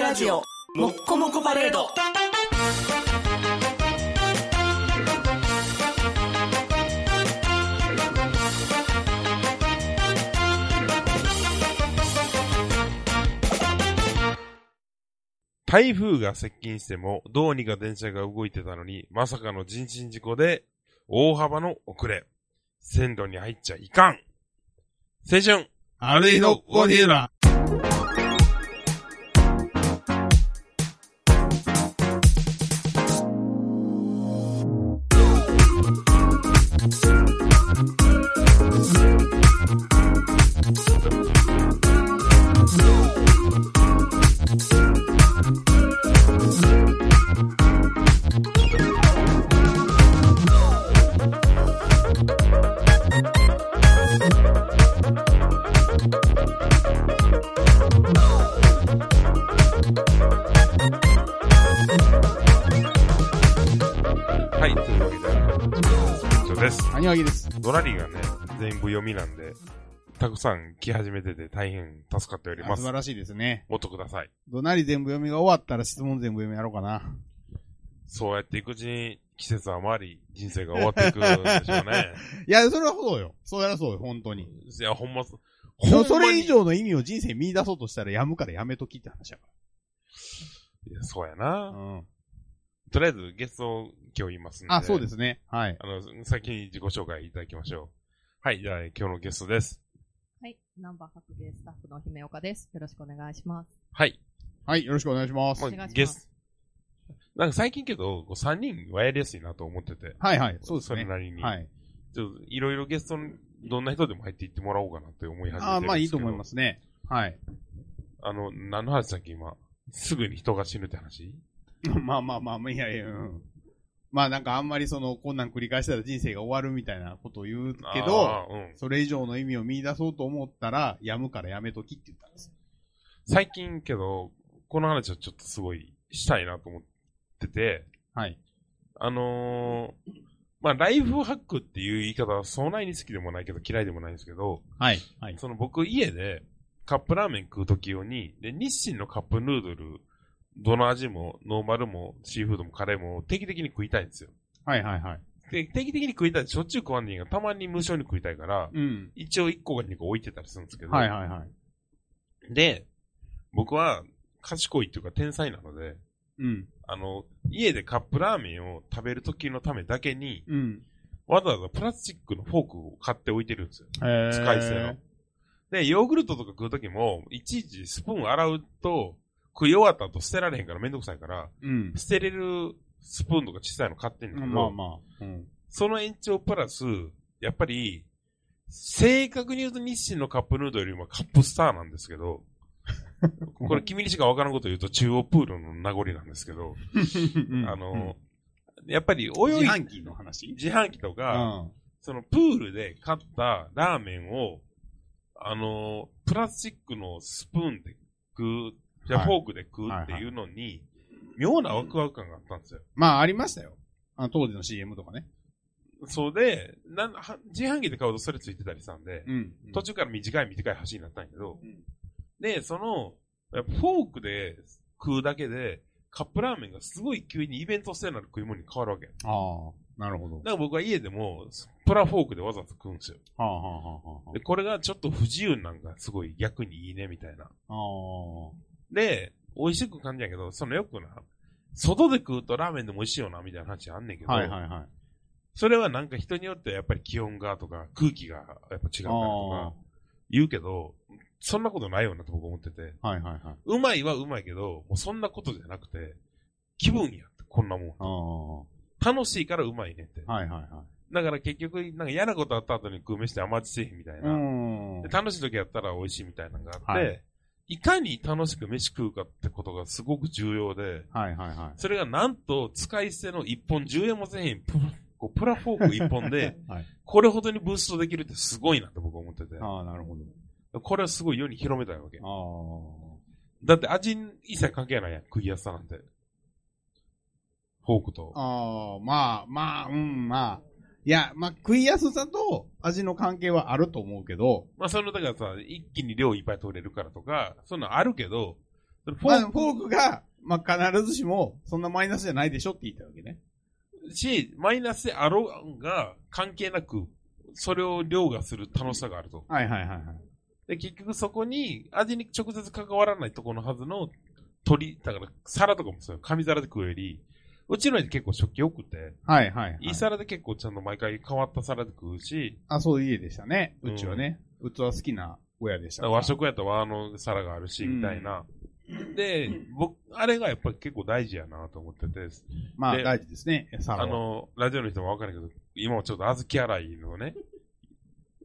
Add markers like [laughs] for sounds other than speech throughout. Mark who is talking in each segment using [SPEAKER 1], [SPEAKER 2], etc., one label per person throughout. [SPEAKER 1] ラジオもっこもこパレード
[SPEAKER 2] 台風が接近しても、どうにか電車が動いてたのに、まさかの人身事故で、大幅の遅れ。線路に入っちゃいかん。青春
[SPEAKER 3] あれのゴディラ。
[SPEAKER 2] はい、というわけで、以上です。
[SPEAKER 3] アニワギです。
[SPEAKER 2] ドラリーがね、全部読みなんで、たくさん来始めてて大変助かっており
[SPEAKER 3] あ
[SPEAKER 2] ま
[SPEAKER 3] 素
[SPEAKER 2] す
[SPEAKER 3] 晴。らしいですね。
[SPEAKER 2] もっとください。
[SPEAKER 3] どなり全部読みが終わったら質問全部読みやろうかな。
[SPEAKER 2] そうやっていくうちに、季節は回り、人生が終わっていくんでしょうね。
[SPEAKER 3] いや、そ [laughs] れはそうよ。そうやらそうよ、本当に。
[SPEAKER 2] いや、ほんま、ほん
[SPEAKER 3] で
[SPEAKER 2] ま
[SPEAKER 3] も
[SPEAKER 2] に
[SPEAKER 3] それ以。上の意味を人生に見出そうとしたらやむからやめときって話やか
[SPEAKER 2] いやそうや
[SPEAKER 3] ら。
[SPEAKER 2] な。
[SPEAKER 3] うん。
[SPEAKER 2] とりあえず、ゲストを今日言いますんで。
[SPEAKER 3] あ、そうで。すね。はい。
[SPEAKER 2] あの、先に自己紹介いただきましょう。はい、じゃあ、今日のゲストです。
[SPEAKER 4] はい。ナンバー発言スタッフの姫岡です。よろしくお願いします。
[SPEAKER 2] はい。
[SPEAKER 3] はい、よろしくお願いします。
[SPEAKER 2] まあ
[SPEAKER 4] お願いします
[SPEAKER 2] ゲスト。なんか最近けど、こう3人はやりやすいなと思ってて。
[SPEAKER 3] はいはい、そうです
[SPEAKER 2] それ
[SPEAKER 3] ね。
[SPEAKER 2] なりに。
[SPEAKER 3] はい。
[SPEAKER 2] ちょっといろいろゲストに、どんな人でも入っていってもらおうかなって思い始めてるんですけど。。
[SPEAKER 3] あーまあいいと思いますすね。はい。 [laughs]
[SPEAKER 2] あの、何の話だっけ、今。すぐに人が死ぬって話
[SPEAKER 3] まあまあまあまあ、いやいや、うん。まあなんかあんまりその、こんなん繰り返したら人生が終わるみたいなことを言うけど、
[SPEAKER 2] あーうん。
[SPEAKER 3] それ以上の意味を見出そうと思ったら、やむからやめときって言ったんです。
[SPEAKER 2] 最近けど、この話はちょっとすごいしたいなと思ってて、
[SPEAKER 3] はい。
[SPEAKER 2] あのー、まあ、ライフハックっていう言い方はそんなに好きでもないけど嫌いでもないんですけど、
[SPEAKER 3] はい。はい。
[SPEAKER 2] その僕家でカップラーメン食うとき用に、で、日清のカップヌードル、どの味も、ノーマルも、シーフードもカレーも定期的に食いたいんですよ。
[SPEAKER 3] はいはいはい。
[SPEAKER 2] で、定期的に食いたいしょっちゅう食わんねんが、たまに無償に食いたいから、
[SPEAKER 3] うん。
[SPEAKER 2] 一応1個か2個置いてたりするんですけど、
[SPEAKER 3] はいはいはい。
[SPEAKER 2] で、僕は賢いっていうか天才なので、
[SPEAKER 3] うん。
[SPEAKER 2] あの、家でカップラーメンを食べるときのためだけに、
[SPEAKER 3] うん。
[SPEAKER 2] わざわざプラスチックのフォークを買って置いてるんですよ。
[SPEAKER 3] え
[SPEAKER 2] 使い捨ての。で、ヨーグルトとか食うときも、いちいちスプーン洗うと、食い終わった後捨てられへんからめんどくさいから、
[SPEAKER 3] うん。
[SPEAKER 2] 捨てれるスプーンとか小さいの買ってんだけど、
[SPEAKER 3] まあまあ。うん。
[SPEAKER 2] その延長プラス、やっぱり、正確に言うと日清のカップヌードルよりもカップスターなんですけ
[SPEAKER 3] [laughs]
[SPEAKER 2] ど、これ君にしかわからんこと言うと中央プールの名残なんですけど、あの、やっぱり
[SPEAKER 3] うん、
[SPEAKER 2] 泳
[SPEAKER 3] 自
[SPEAKER 2] い、
[SPEAKER 3] 販機の話
[SPEAKER 2] 自販機と
[SPEAKER 3] う
[SPEAKER 2] か、
[SPEAKER 3] ん。
[SPEAKER 2] そのプールで買ったラーメンを、あのープラスチックのスプーンで食う、じゃあ
[SPEAKER 3] はい
[SPEAKER 2] フォークで食うっていうのに、妙なワクワク感があったんですよ。
[SPEAKER 3] まあありましたよ。あの当時の CM とかね。
[SPEAKER 2] そうで、なんは自販機で買うとそれついてたりしたんで、
[SPEAKER 3] うん。
[SPEAKER 2] 途中から短い短い橋になったんやけど、
[SPEAKER 3] うん
[SPEAKER 2] で、その、やっぱフォークで食うだけで、カップラーメンがすごい急にイベント性のある食い物に変わるわけ。だか
[SPEAKER 3] ああ、なるほど。
[SPEAKER 2] ら僕は家でも、プラフォークでわざと食うんですよ。
[SPEAKER 3] はあはあはあはあ
[SPEAKER 2] で、これがちょっと不自由なんかすごい逆にいいね、みたいな。
[SPEAKER 3] あー
[SPEAKER 2] で、美味しく感じやけど、そのよくな、外で食うとラーメンでも美味しいよな、みたいな話あんねんけど、
[SPEAKER 3] はいはいはい。
[SPEAKER 2] それはなんか人によってはやっぱり気温がとか、空気がやっぱ違うからと
[SPEAKER 3] あ
[SPEAKER 2] か、言うけど、そんなことないよなと僕思ってて、
[SPEAKER 3] あ、はいはいはい。あ
[SPEAKER 2] うまいはうまいけど、もうそんなことじゃなくて、気分やって、こんなもん。
[SPEAKER 3] あ、
[SPEAKER 2] 楽しいからうまいねって。
[SPEAKER 3] はいはいはい。
[SPEAKER 2] だから結局、なんか嫌なことあった後に食う飯って甘じせえへんみたいな。
[SPEAKER 3] うん
[SPEAKER 2] で。楽しい時やったら美味しいみたいなのがあって、、
[SPEAKER 3] はい
[SPEAKER 2] かに楽しく飯食うかってことがすごく重要で、
[SPEAKER 3] はいはいは
[SPEAKER 2] それがなんと使い捨ての1本10円もせえへんプこうプラフォーク1本
[SPEAKER 3] [laughs]
[SPEAKER 2] で、
[SPEAKER 3] い。はい。
[SPEAKER 2] これほどにブーストできるってすごいなって僕は思ってて、
[SPEAKER 3] ああ、なるほど。
[SPEAKER 2] これはすごい世に広めたいわけ。
[SPEAKER 3] あ
[SPEAKER 2] だって味に一切関係ないやん、食いやすさなんて。フォークと。
[SPEAKER 3] あ。ああ、まあまあ、うん、まあ。いや、まあ、食いやすさと味の関係はあると思うけど、
[SPEAKER 2] まあその、だからさ、一気に量いっぱい取れるからとか、そんなんあるけど、それフ
[SPEAKER 3] ま
[SPEAKER 2] ォ
[SPEAKER 3] あ
[SPEAKER 2] ー
[SPEAKER 3] でもフォークが、まあ必ずしも、そんなマイナスじゃないでしょって言ったわけね。
[SPEAKER 2] クし、マイナスであろうが関係なく、それを凌駕する楽しさがあると。
[SPEAKER 3] はいはいはいはい。
[SPEAKER 2] で、結局そこに味に直接関わらないところのはずの鳥、だから皿とかもそうよ。紙皿で食うより、うちの家結構食器良くて、
[SPEAKER 3] はいはい、はい。
[SPEAKER 2] いい皿で結構ちゃんと毎回変わった皿で食うし、
[SPEAKER 3] あ、そういう家でしたね。うちはね。うちは好きな親でし
[SPEAKER 2] だ
[SPEAKER 3] た
[SPEAKER 2] か
[SPEAKER 3] からら。
[SPEAKER 2] 和食やったら和の皿があるし、みたいな。で、僕、あれがやっぱり結構大事やなと思ってて、
[SPEAKER 3] まあ
[SPEAKER 2] で
[SPEAKER 3] 大事ですね。皿
[SPEAKER 2] あ
[SPEAKER 3] あの、
[SPEAKER 2] の、ラジオの人もわかんないけど、今もちょっと小豆洗いのね、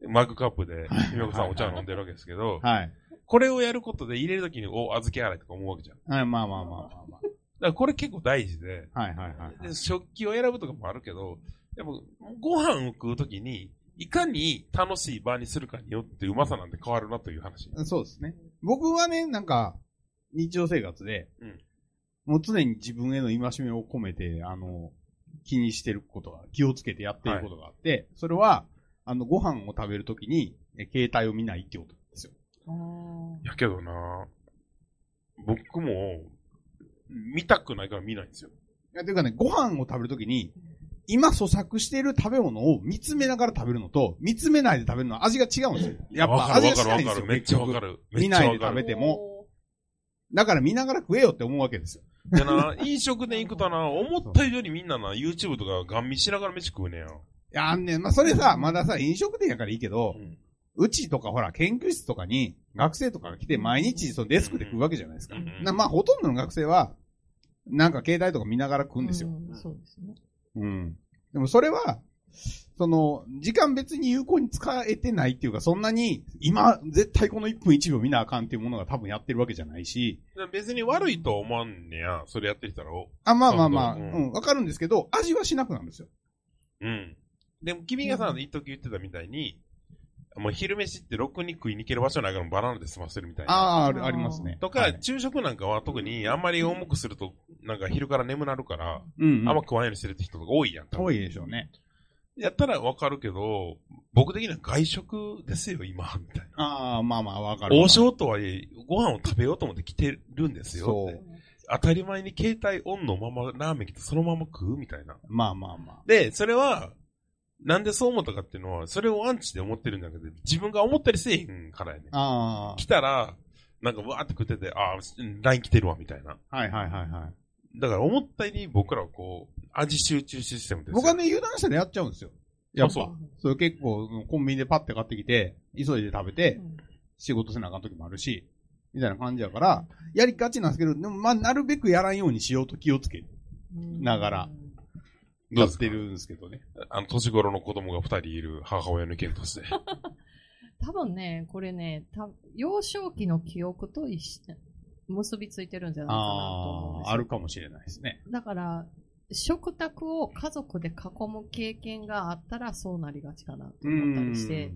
[SPEAKER 2] マグカップで、ひめこさんお茶を飲んでるわけですけど、
[SPEAKER 3] はい。
[SPEAKER 2] これをやることで入れるときに、お、小豆洗いとか思うわけじゃん。だ
[SPEAKER 3] はい、まあまあまあまあま
[SPEAKER 2] からこれ結構大事で、
[SPEAKER 3] あ。はいはいはいはい。
[SPEAKER 2] で食器を選ぶとかもあるけど、やっぱご飯を食うときに、いかに楽しい場にするかによってうまさなんて変わるなという話。
[SPEAKER 3] そうですね。僕はね、なんか、日常生活で、
[SPEAKER 2] うん
[SPEAKER 3] もう常に自分への戒めを込めて、あの、気にしてることが、気をつけてやっていることがあって、それは、あの、ご飯を食べるときに、え携帯を見ないってことなんですよ。
[SPEAKER 4] あ
[SPEAKER 2] やけどな僕も、見たくないから見ないんですよ。
[SPEAKER 3] いや、というかね、ご飯を食べるときに、今咀嚼している食べ物を見つめながら食べるのと、見つめないで食べるのは味が違うんですよ。やっ
[SPEAKER 2] わ
[SPEAKER 3] ぱ
[SPEAKER 2] かる
[SPEAKER 3] 味
[SPEAKER 2] わ
[SPEAKER 3] が
[SPEAKER 2] か
[SPEAKER 3] し
[SPEAKER 2] る
[SPEAKER 3] な
[SPEAKER 2] わ
[SPEAKER 3] いんで
[SPEAKER 2] か
[SPEAKER 3] すよ。
[SPEAKER 2] る。めっちゃわか
[SPEAKER 3] る。
[SPEAKER 2] る。め
[SPEAKER 3] 見
[SPEAKER 2] っちゃ
[SPEAKER 3] ない
[SPEAKER 2] わ
[SPEAKER 3] で
[SPEAKER 2] か
[SPEAKER 3] 食べ
[SPEAKER 2] る。
[SPEAKER 3] ても、だから見ながら食えよって思うわけですよ。
[SPEAKER 2] でな、飲食店行くとな、思った以上にみんなな、YouTube とかガン見しながら飯食うねや。
[SPEAKER 3] いや、あんねん、まあ、それさ、まださ、飲食店やからいいけど、
[SPEAKER 2] うん
[SPEAKER 3] うちとかほら、研究室とかに学生とかが来て毎日そのデスクで食うわけじゃないですか。
[SPEAKER 2] うん
[SPEAKER 3] なまあほとんどの学生は、なんか携帯とか見ながら食
[SPEAKER 4] ー
[SPEAKER 3] うんです
[SPEAKER 4] う
[SPEAKER 3] よ。
[SPEAKER 4] んそうですね。
[SPEAKER 3] うん。でもそれは、その、時間別に有効に使えてないっていうか、そんなに、今、絶対この1分1秒見なあかんっていうものが多分やってるわけじゃないし、
[SPEAKER 2] で別に悪いとは思わんねや、それやってきたら。お
[SPEAKER 3] あ、まあまあまあ、
[SPEAKER 2] そううそううん
[SPEAKER 3] ん、わかるんですけど、味はしなくなるんですよ。
[SPEAKER 2] うん。でも君がさ、
[SPEAKER 4] うん
[SPEAKER 2] 一時言ってたみたいに、もう昼飯ってろくに食いに行ける場所ないからバナナで済ませるみたいな。
[SPEAKER 3] ああ、あ
[SPEAKER 4] あ
[SPEAKER 3] る、
[SPEAKER 4] ー
[SPEAKER 3] ありますね。
[SPEAKER 2] とか、
[SPEAKER 3] はい
[SPEAKER 2] 昼食なんかは特にあんまり重くすると、なんか昼から眠なるから、
[SPEAKER 3] うん、うん。
[SPEAKER 2] あんま食わんようにしてるって人が多いやん。多分
[SPEAKER 3] 多いでしょうね。
[SPEAKER 2] やったらわかるけど、僕的には外食ですよ、今、みたいな。
[SPEAKER 3] ああ、まあまあ、わかるわ。
[SPEAKER 2] 王将とはいえ、ご飯を食べようと思って来てるんですよ。
[SPEAKER 3] そう。
[SPEAKER 2] 当たり前に携帯オンのままラーメン来てそのまま食うみたいな。
[SPEAKER 3] まあまあまあ。
[SPEAKER 2] で、それは、なんでそう思ったかっていうのは、それをアンチで思ってるんじゃなくて、自分が思ったりせえへんからやね。
[SPEAKER 3] あ
[SPEAKER 2] 来たら、なんかわーって食ってて、あー、LINE 来てるわ、みたいな。
[SPEAKER 3] あ、はいはいはいはい。
[SPEAKER 2] だから思ったより僕らはこう、味集中システムですよ。
[SPEAKER 3] 僕はね、油断したらやっちゃうんですよ。やっぱ。
[SPEAKER 2] そ
[SPEAKER 3] そうう。結構、コンビニでパッて買ってきて、急いで食べて
[SPEAKER 4] う、ん
[SPEAKER 3] 仕事せなあかん時もあるし、みたいな感じやから、やりがちなんですけど、でもまあ、なるべくやらんようにしようと気をつけて、ながら。
[SPEAKER 2] ど
[SPEAKER 3] や
[SPEAKER 2] うで
[SPEAKER 3] っ
[SPEAKER 2] すか
[SPEAKER 3] てるんですけどね。
[SPEAKER 2] あの、年頃の子供が二人いる母親の意見として。
[SPEAKER 4] 多分ね、これね、た幼少期の記憶と一緒結びついてるんじゃないかなと思うん
[SPEAKER 3] あ
[SPEAKER 4] です
[SPEAKER 3] あ、
[SPEAKER 4] よ
[SPEAKER 3] あるかもしれないですね。
[SPEAKER 4] だから、食卓を家族で囲む経験があったらそうなりがちかなと思ったりして、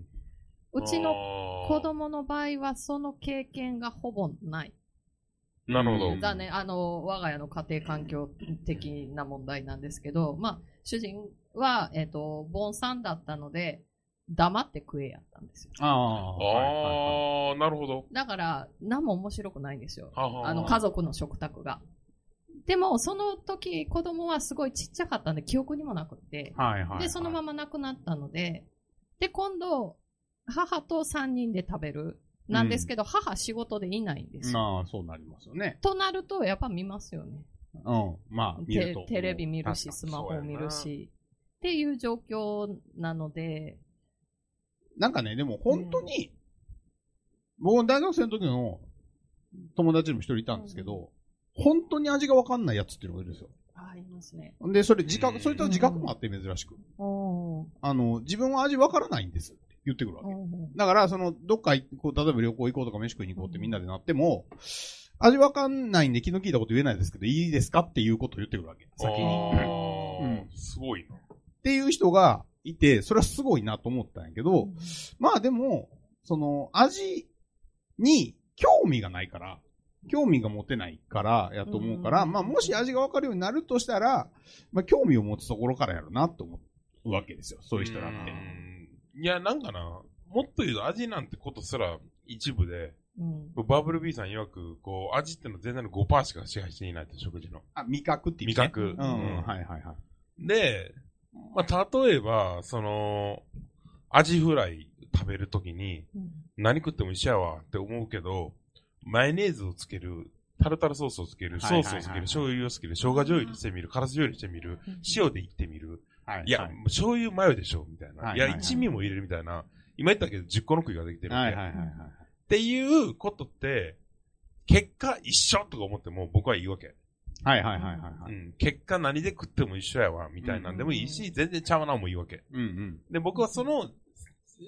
[SPEAKER 4] うちの
[SPEAKER 2] の
[SPEAKER 4] 子。供の場合はその経験がほぼない。
[SPEAKER 2] なるほど
[SPEAKER 3] うん。
[SPEAKER 4] 残念、あの、我が家の家庭環境的な問題なんですけど、まあ、主人は、えっ、と、盆産だったので、黙って食えやったんですよ。
[SPEAKER 3] ああ、は
[SPEAKER 2] あ
[SPEAKER 3] い
[SPEAKER 2] ー、なるほど。
[SPEAKER 4] だから、何も面白くないんですよ。
[SPEAKER 2] はは
[SPEAKER 4] あの、家族の食卓が。でも、その時、子供はすごいちっちゃかったんで、記憶にもなくって。
[SPEAKER 3] はいはいはい。
[SPEAKER 4] で、そのま
[SPEAKER 3] ま。
[SPEAKER 4] ま亡くなったので、で、今度、母と3人で食べる。なんですけど、母仕事でいないんですよ。
[SPEAKER 3] なあ、そうなりますよね。
[SPEAKER 4] となると、やっぱ見ますよね。
[SPEAKER 3] うん。まあ、見る
[SPEAKER 4] テ
[SPEAKER 3] と。
[SPEAKER 4] テレビ見るし、
[SPEAKER 2] 確か
[SPEAKER 4] ス
[SPEAKER 2] に
[SPEAKER 4] マ
[SPEAKER 2] そうや
[SPEAKER 4] ホ
[SPEAKER 2] な
[SPEAKER 4] 見るし。っていう状況なので、
[SPEAKER 3] なんかね、でも本当に、僕大学生の時の友達にも一人いたんですけど、本当に味がわかんないやつっていうのがいるんですよ。
[SPEAKER 4] ありますね。
[SPEAKER 3] で、それ自
[SPEAKER 2] うん
[SPEAKER 3] 覚、それと自覚もあって珍しく。
[SPEAKER 4] おー
[SPEAKER 3] あの、自分は味わからないんですって言ってくるわけ。
[SPEAKER 4] おー
[SPEAKER 3] だから、その、どっか行こう、例えば旅行行こうとか飯食いに行こうってみんなでなっても、味わかんないんで気の利いたこと言えないですけど、いいですかっていうことを言ってくるわけ。先に。っ
[SPEAKER 2] あー
[SPEAKER 3] う
[SPEAKER 2] すごいな。
[SPEAKER 3] ていう人がいて、それはすごいなと思ったんやけど、まあでも、その、味に興味がないから、興味が持てないからやと思うから、
[SPEAKER 4] うん
[SPEAKER 3] まあもし味がわかるようになるとしたら、まあ興味を持つところからやろうなと思うわけですよ、そういう人だって。
[SPEAKER 2] うんいや、なんかな、もっと言うと味なんてことすら一部で、
[SPEAKER 4] うん。
[SPEAKER 2] バブル B さん曰く、こう、味ってのは全体の5%しか支配していないって、食事の。
[SPEAKER 3] あ、味覚っていう、ね。
[SPEAKER 2] 味覚。
[SPEAKER 3] うん、うん
[SPEAKER 2] うん
[SPEAKER 3] はいはいはい。
[SPEAKER 2] で、まあ、例えば、その、アジフライ食べるときに、何食っても一緒やわって思うけど、マヨネーズをつける、タルタルソースをつける、
[SPEAKER 3] はい
[SPEAKER 2] ソ
[SPEAKER 3] はい
[SPEAKER 2] ー
[SPEAKER 3] はい
[SPEAKER 2] スをつける、醤油をつける、生姜醤油にしてみる、辛子醤油にしてみる、塩でいってみる、
[SPEAKER 3] はい。
[SPEAKER 2] いや、
[SPEAKER 3] はい
[SPEAKER 2] もう醤油マヨでしょ、みたいな。
[SPEAKER 3] はいい
[SPEAKER 2] や、
[SPEAKER 3] はいはい
[SPEAKER 2] 一味も入れるみたいな。今言ったけど、10個の食いができてるんで。
[SPEAKER 3] はいはいはい。
[SPEAKER 2] っていうことって、結果一緒とか思っても僕はいいわけ。
[SPEAKER 3] はいはいはいはいは
[SPEAKER 2] う
[SPEAKER 3] い。
[SPEAKER 2] ん。結果何で食っても一緒やわ、みたいなんでもいいし、全然ちゃうなもいいわけ。
[SPEAKER 3] うんうん。
[SPEAKER 2] で、僕はその、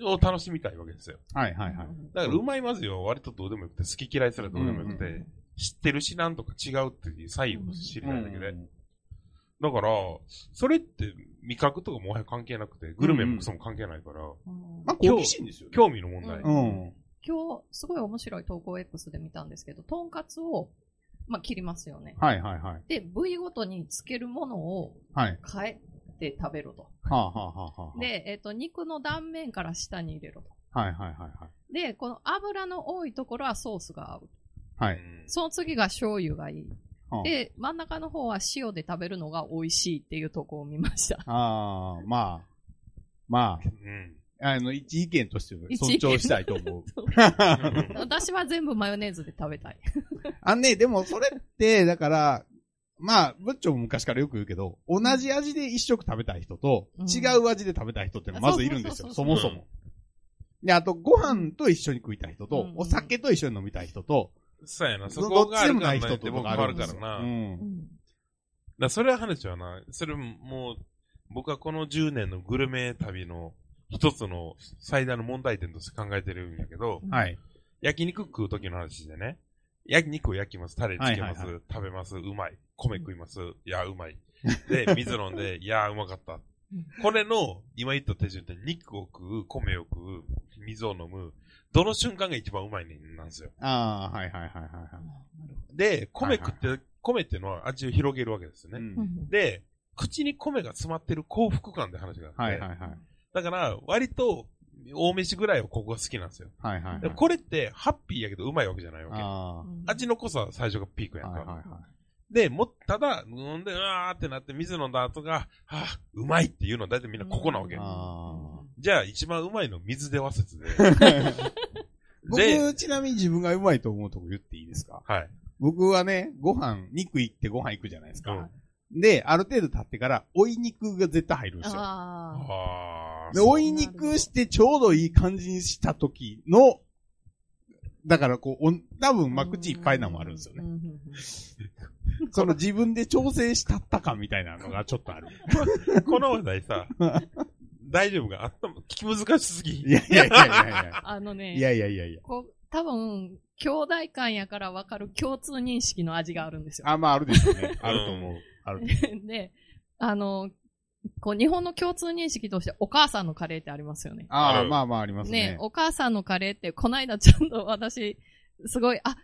[SPEAKER 2] を楽しみたいわけですよ。
[SPEAKER 3] はいはいはい。
[SPEAKER 2] だから、うまいまずよ、割とどうでもよくて、好き嫌いすらどうでもよくて、
[SPEAKER 4] うん
[SPEAKER 2] 知ってる知らんとか違うっていう左右を知りたいだけで。
[SPEAKER 3] うん
[SPEAKER 2] だから、それって味覚とかもはや関係なくて、グルメもクソも関係ないから、
[SPEAKER 4] うん
[SPEAKER 3] まあ、好奇心ですよね。
[SPEAKER 2] 興味の問題。
[SPEAKER 4] う
[SPEAKER 3] う
[SPEAKER 4] 日
[SPEAKER 3] ん。
[SPEAKER 4] 今日、すごい面白い投稿 X で見たんですけど、とんかつを、まあ、切りますよね。
[SPEAKER 3] はいはいはい。
[SPEAKER 4] で、部位ごとにつけるものを
[SPEAKER 3] はい。
[SPEAKER 4] 変えて食べろと。
[SPEAKER 3] はあはあはあはあ。
[SPEAKER 4] で、えっ、と、肉の断面から下に入れろと。
[SPEAKER 3] はいはいはいはい。
[SPEAKER 4] で、この油の多いところはソースが合う。
[SPEAKER 3] は
[SPEAKER 2] う
[SPEAKER 3] い。
[SPEAKER 2] ん
[SPEAKER 4] その次が醤油がいい。
[SPEAKER 3] はあ
[SPEAKER 4] で、真ん中の方は塩で食べるのが美味しいっていうとこを見ました。
[SPEAKER 3] ああ、まあ、ま
[SPEAKER 2] うん。
[SPEAKER 3] あ、あの、一意見として尊重したいと思う。
[SPEAKER 4] 私は全部マヨネーズで食べたい。
[SPEAKER 3] [laughs] あのね、でもそれって、だから、まあ、ブッチョも昔からよく言うけど、同じ味で一食食べたい人と、
[SPEAKER 4] うん
[SPEAKER 3] 違う味で食べたい人っていうのはまずいるんですよ、そ
[SPEAKER 4] そ
[SPEAKER 3] う
[SPEAKER 4] そう
[SPEAKER 3] も
[SPEAKER 2] そうそう
[SPEAKER 3] そも。で、あと、ご飯と一緒に食いたい人と、
[SPEAKER 4] うん
[SPEAKER 3] お酒と一緒に飲みたい人と、
[SPEAKER 2] そうやな、そ
[SPEAKER 3] ど
[SPEAKER 2] こ
[SPEAKER 3] どっ
[SPEAKER 2] が
[SPEAKER 3] ち
[SPEAKER 2] ある
[SPEAKER 3] でも
[SPEAKER 2] か
[SPEAKER 3] な
[SPEAKER 2] ら
[SPEAKER 3] い
[SPEAKER 2] ない
[SPEAKER 3] 人
[SPEAKER 2] って
[SPEAKER 3] と
[SPEAKER 2] 僕
[SPEAKER 3] 僕
[SPEAKER 2] あ
[SPEAKER 3] ある
[SPEAKER 2] る
[SPEAKER 3] ん
[SPEAKER 2] か
[SPEAKER 3] で
[SPEAKER 2] ら
[SPEAKER 3] すよ。
[SPEAKER 2] な。だ
[SPEAKER 3] う
[SPEAKER 2] か
[SPEAKER 3] ん。
[SPEAKER 2] らそれは話はな、それもう、僕はこの10年のグルメ旅の一つの最大の問題点として考えてるんやけど、
[SPEAKER 3] はい。
[SPEAKER 2] 焼肉食う時の話でね、焼肉を焼きます、タレつけます、
[SPEAKER 3] はいはい
[SPEAKER 2] 食べます、うまい、米食います、いや、うまい。で、 [laughs] 水飲んで、いや、うまかった
[SPEAKER 4] うん。
[SPEAKER 2] これの、今言った手順って、肉を食う、米を食う、水を飲む、どの瞬間が一番うまいねんなんですよ。
[SPEAKER 3] ああ、はいはいはいはい
[SPEAKER 4] あ
[SPEAKER 3] は
[SPEAKER 4] なる
[SPEAKER 2] で、米食っ
[SPEAKER 3] は
[SPEAKER 2] て、米っていうのは味を広げるわけですよ
[SPEAKER 3] い。う
[SPEAKER 2] ね。
[SPEAKER 4] ほど
[SPEAKER 3] ん
[SPEAKER 2] で、口に米が詰まってる幸福感で話があって、
[SPEAKER 3] はいはいはい。
[SPEAKER 2] だから、割と、大飯ぐらいはここが好きなんですよ。
[SPEAKER 3] はいはいはい。
[SPEAKER 2] でこれって、ハッピーやけどうまいわけじゃないわけ。
[SPEAKER 3] あ
[SPEAKER 2] 味の濃さは最初がピーク
[SPEAKER 3] あ、
[SPEAKER 2] やん
[SPEAKER 3] はいはい
[SPEAKER 2] か。
[SPEAKER 3] は
[SPEAKER 2] で、も、ただ、飲んで、うわーってなって、水飲んだ後が、はぁ、うまいっていうのは大体みんなここなわけ
[SPEAKER 3] うん。あ
[SPEAKER 2] じゃあ、一番うまいの水で和
[SPEAKER 3] [laughs]
[SPEAKER 2] 説で。で、
[SPEAKER 3] 僕、ちなみに自分がうまいと思うとこ言っていいですか
[SPEAKER 2] はい。
[SPEAKER 3] 僕はね、ご飯、肉行ってご飯行くじゃないです
[SPEAKER 2] う
[SPEAKER 3] か。
[SPEAKER 2] ん。
[SPEAKER 3] で、ある程度経ってから、追い肉が絶対入るんですよ。
[SPEAKER 4] あ
[SPEAKER 2] あー
[SPEAKER 3] で、
[SPEAKER 2] そう
[SPEAKER 3] 追い肉してちょうどいい感じにした時の、だからこう、お多
[SPEAKER 4] あ。
[SPEAKER 3] 分、まあ、口いっぱいなのもあるんですよね
[SPEAKER 4] う。ん。
[SPEAKER 3] その自分で調整したった感みたいなのがちょっとあ
[SPEAKER 4] [laughs]
[SPEAKER 3] る。
[SPEAKER 2] この話題
[SPEAKER 3] [laughs]
[SPEAKER 2] さ、大丈夫かあった聞き難しすぎ
[SPEAKER 3] い。やいやいやいや
[SPEAKER 4] あのね、
[SPEAKER 3] いや。いやいやいやいや。
[SPEAKER 4] こう多分、兄弟間やからわかる共通認識の味があるんですよ。
[SPEAKER 3] あ、まあ、あるでしょうね。あると思う。あると思う。
[SPEAKER 4] で、あの、こう、日本の共通認識としてお母さんのカレーってありますよね。
[SPEAKER 3] あ
[SPEAKER 2] あ
[SPEAKER 3] あ、
[SPEAKER 2] る
[SPEAKER 3] まあまああります
[SPEAKER 4] ね
[SPEAKER 3] ね。
[SPEAKER 4] お母さんのカレーって、こないだちょっと私、すごい、あ、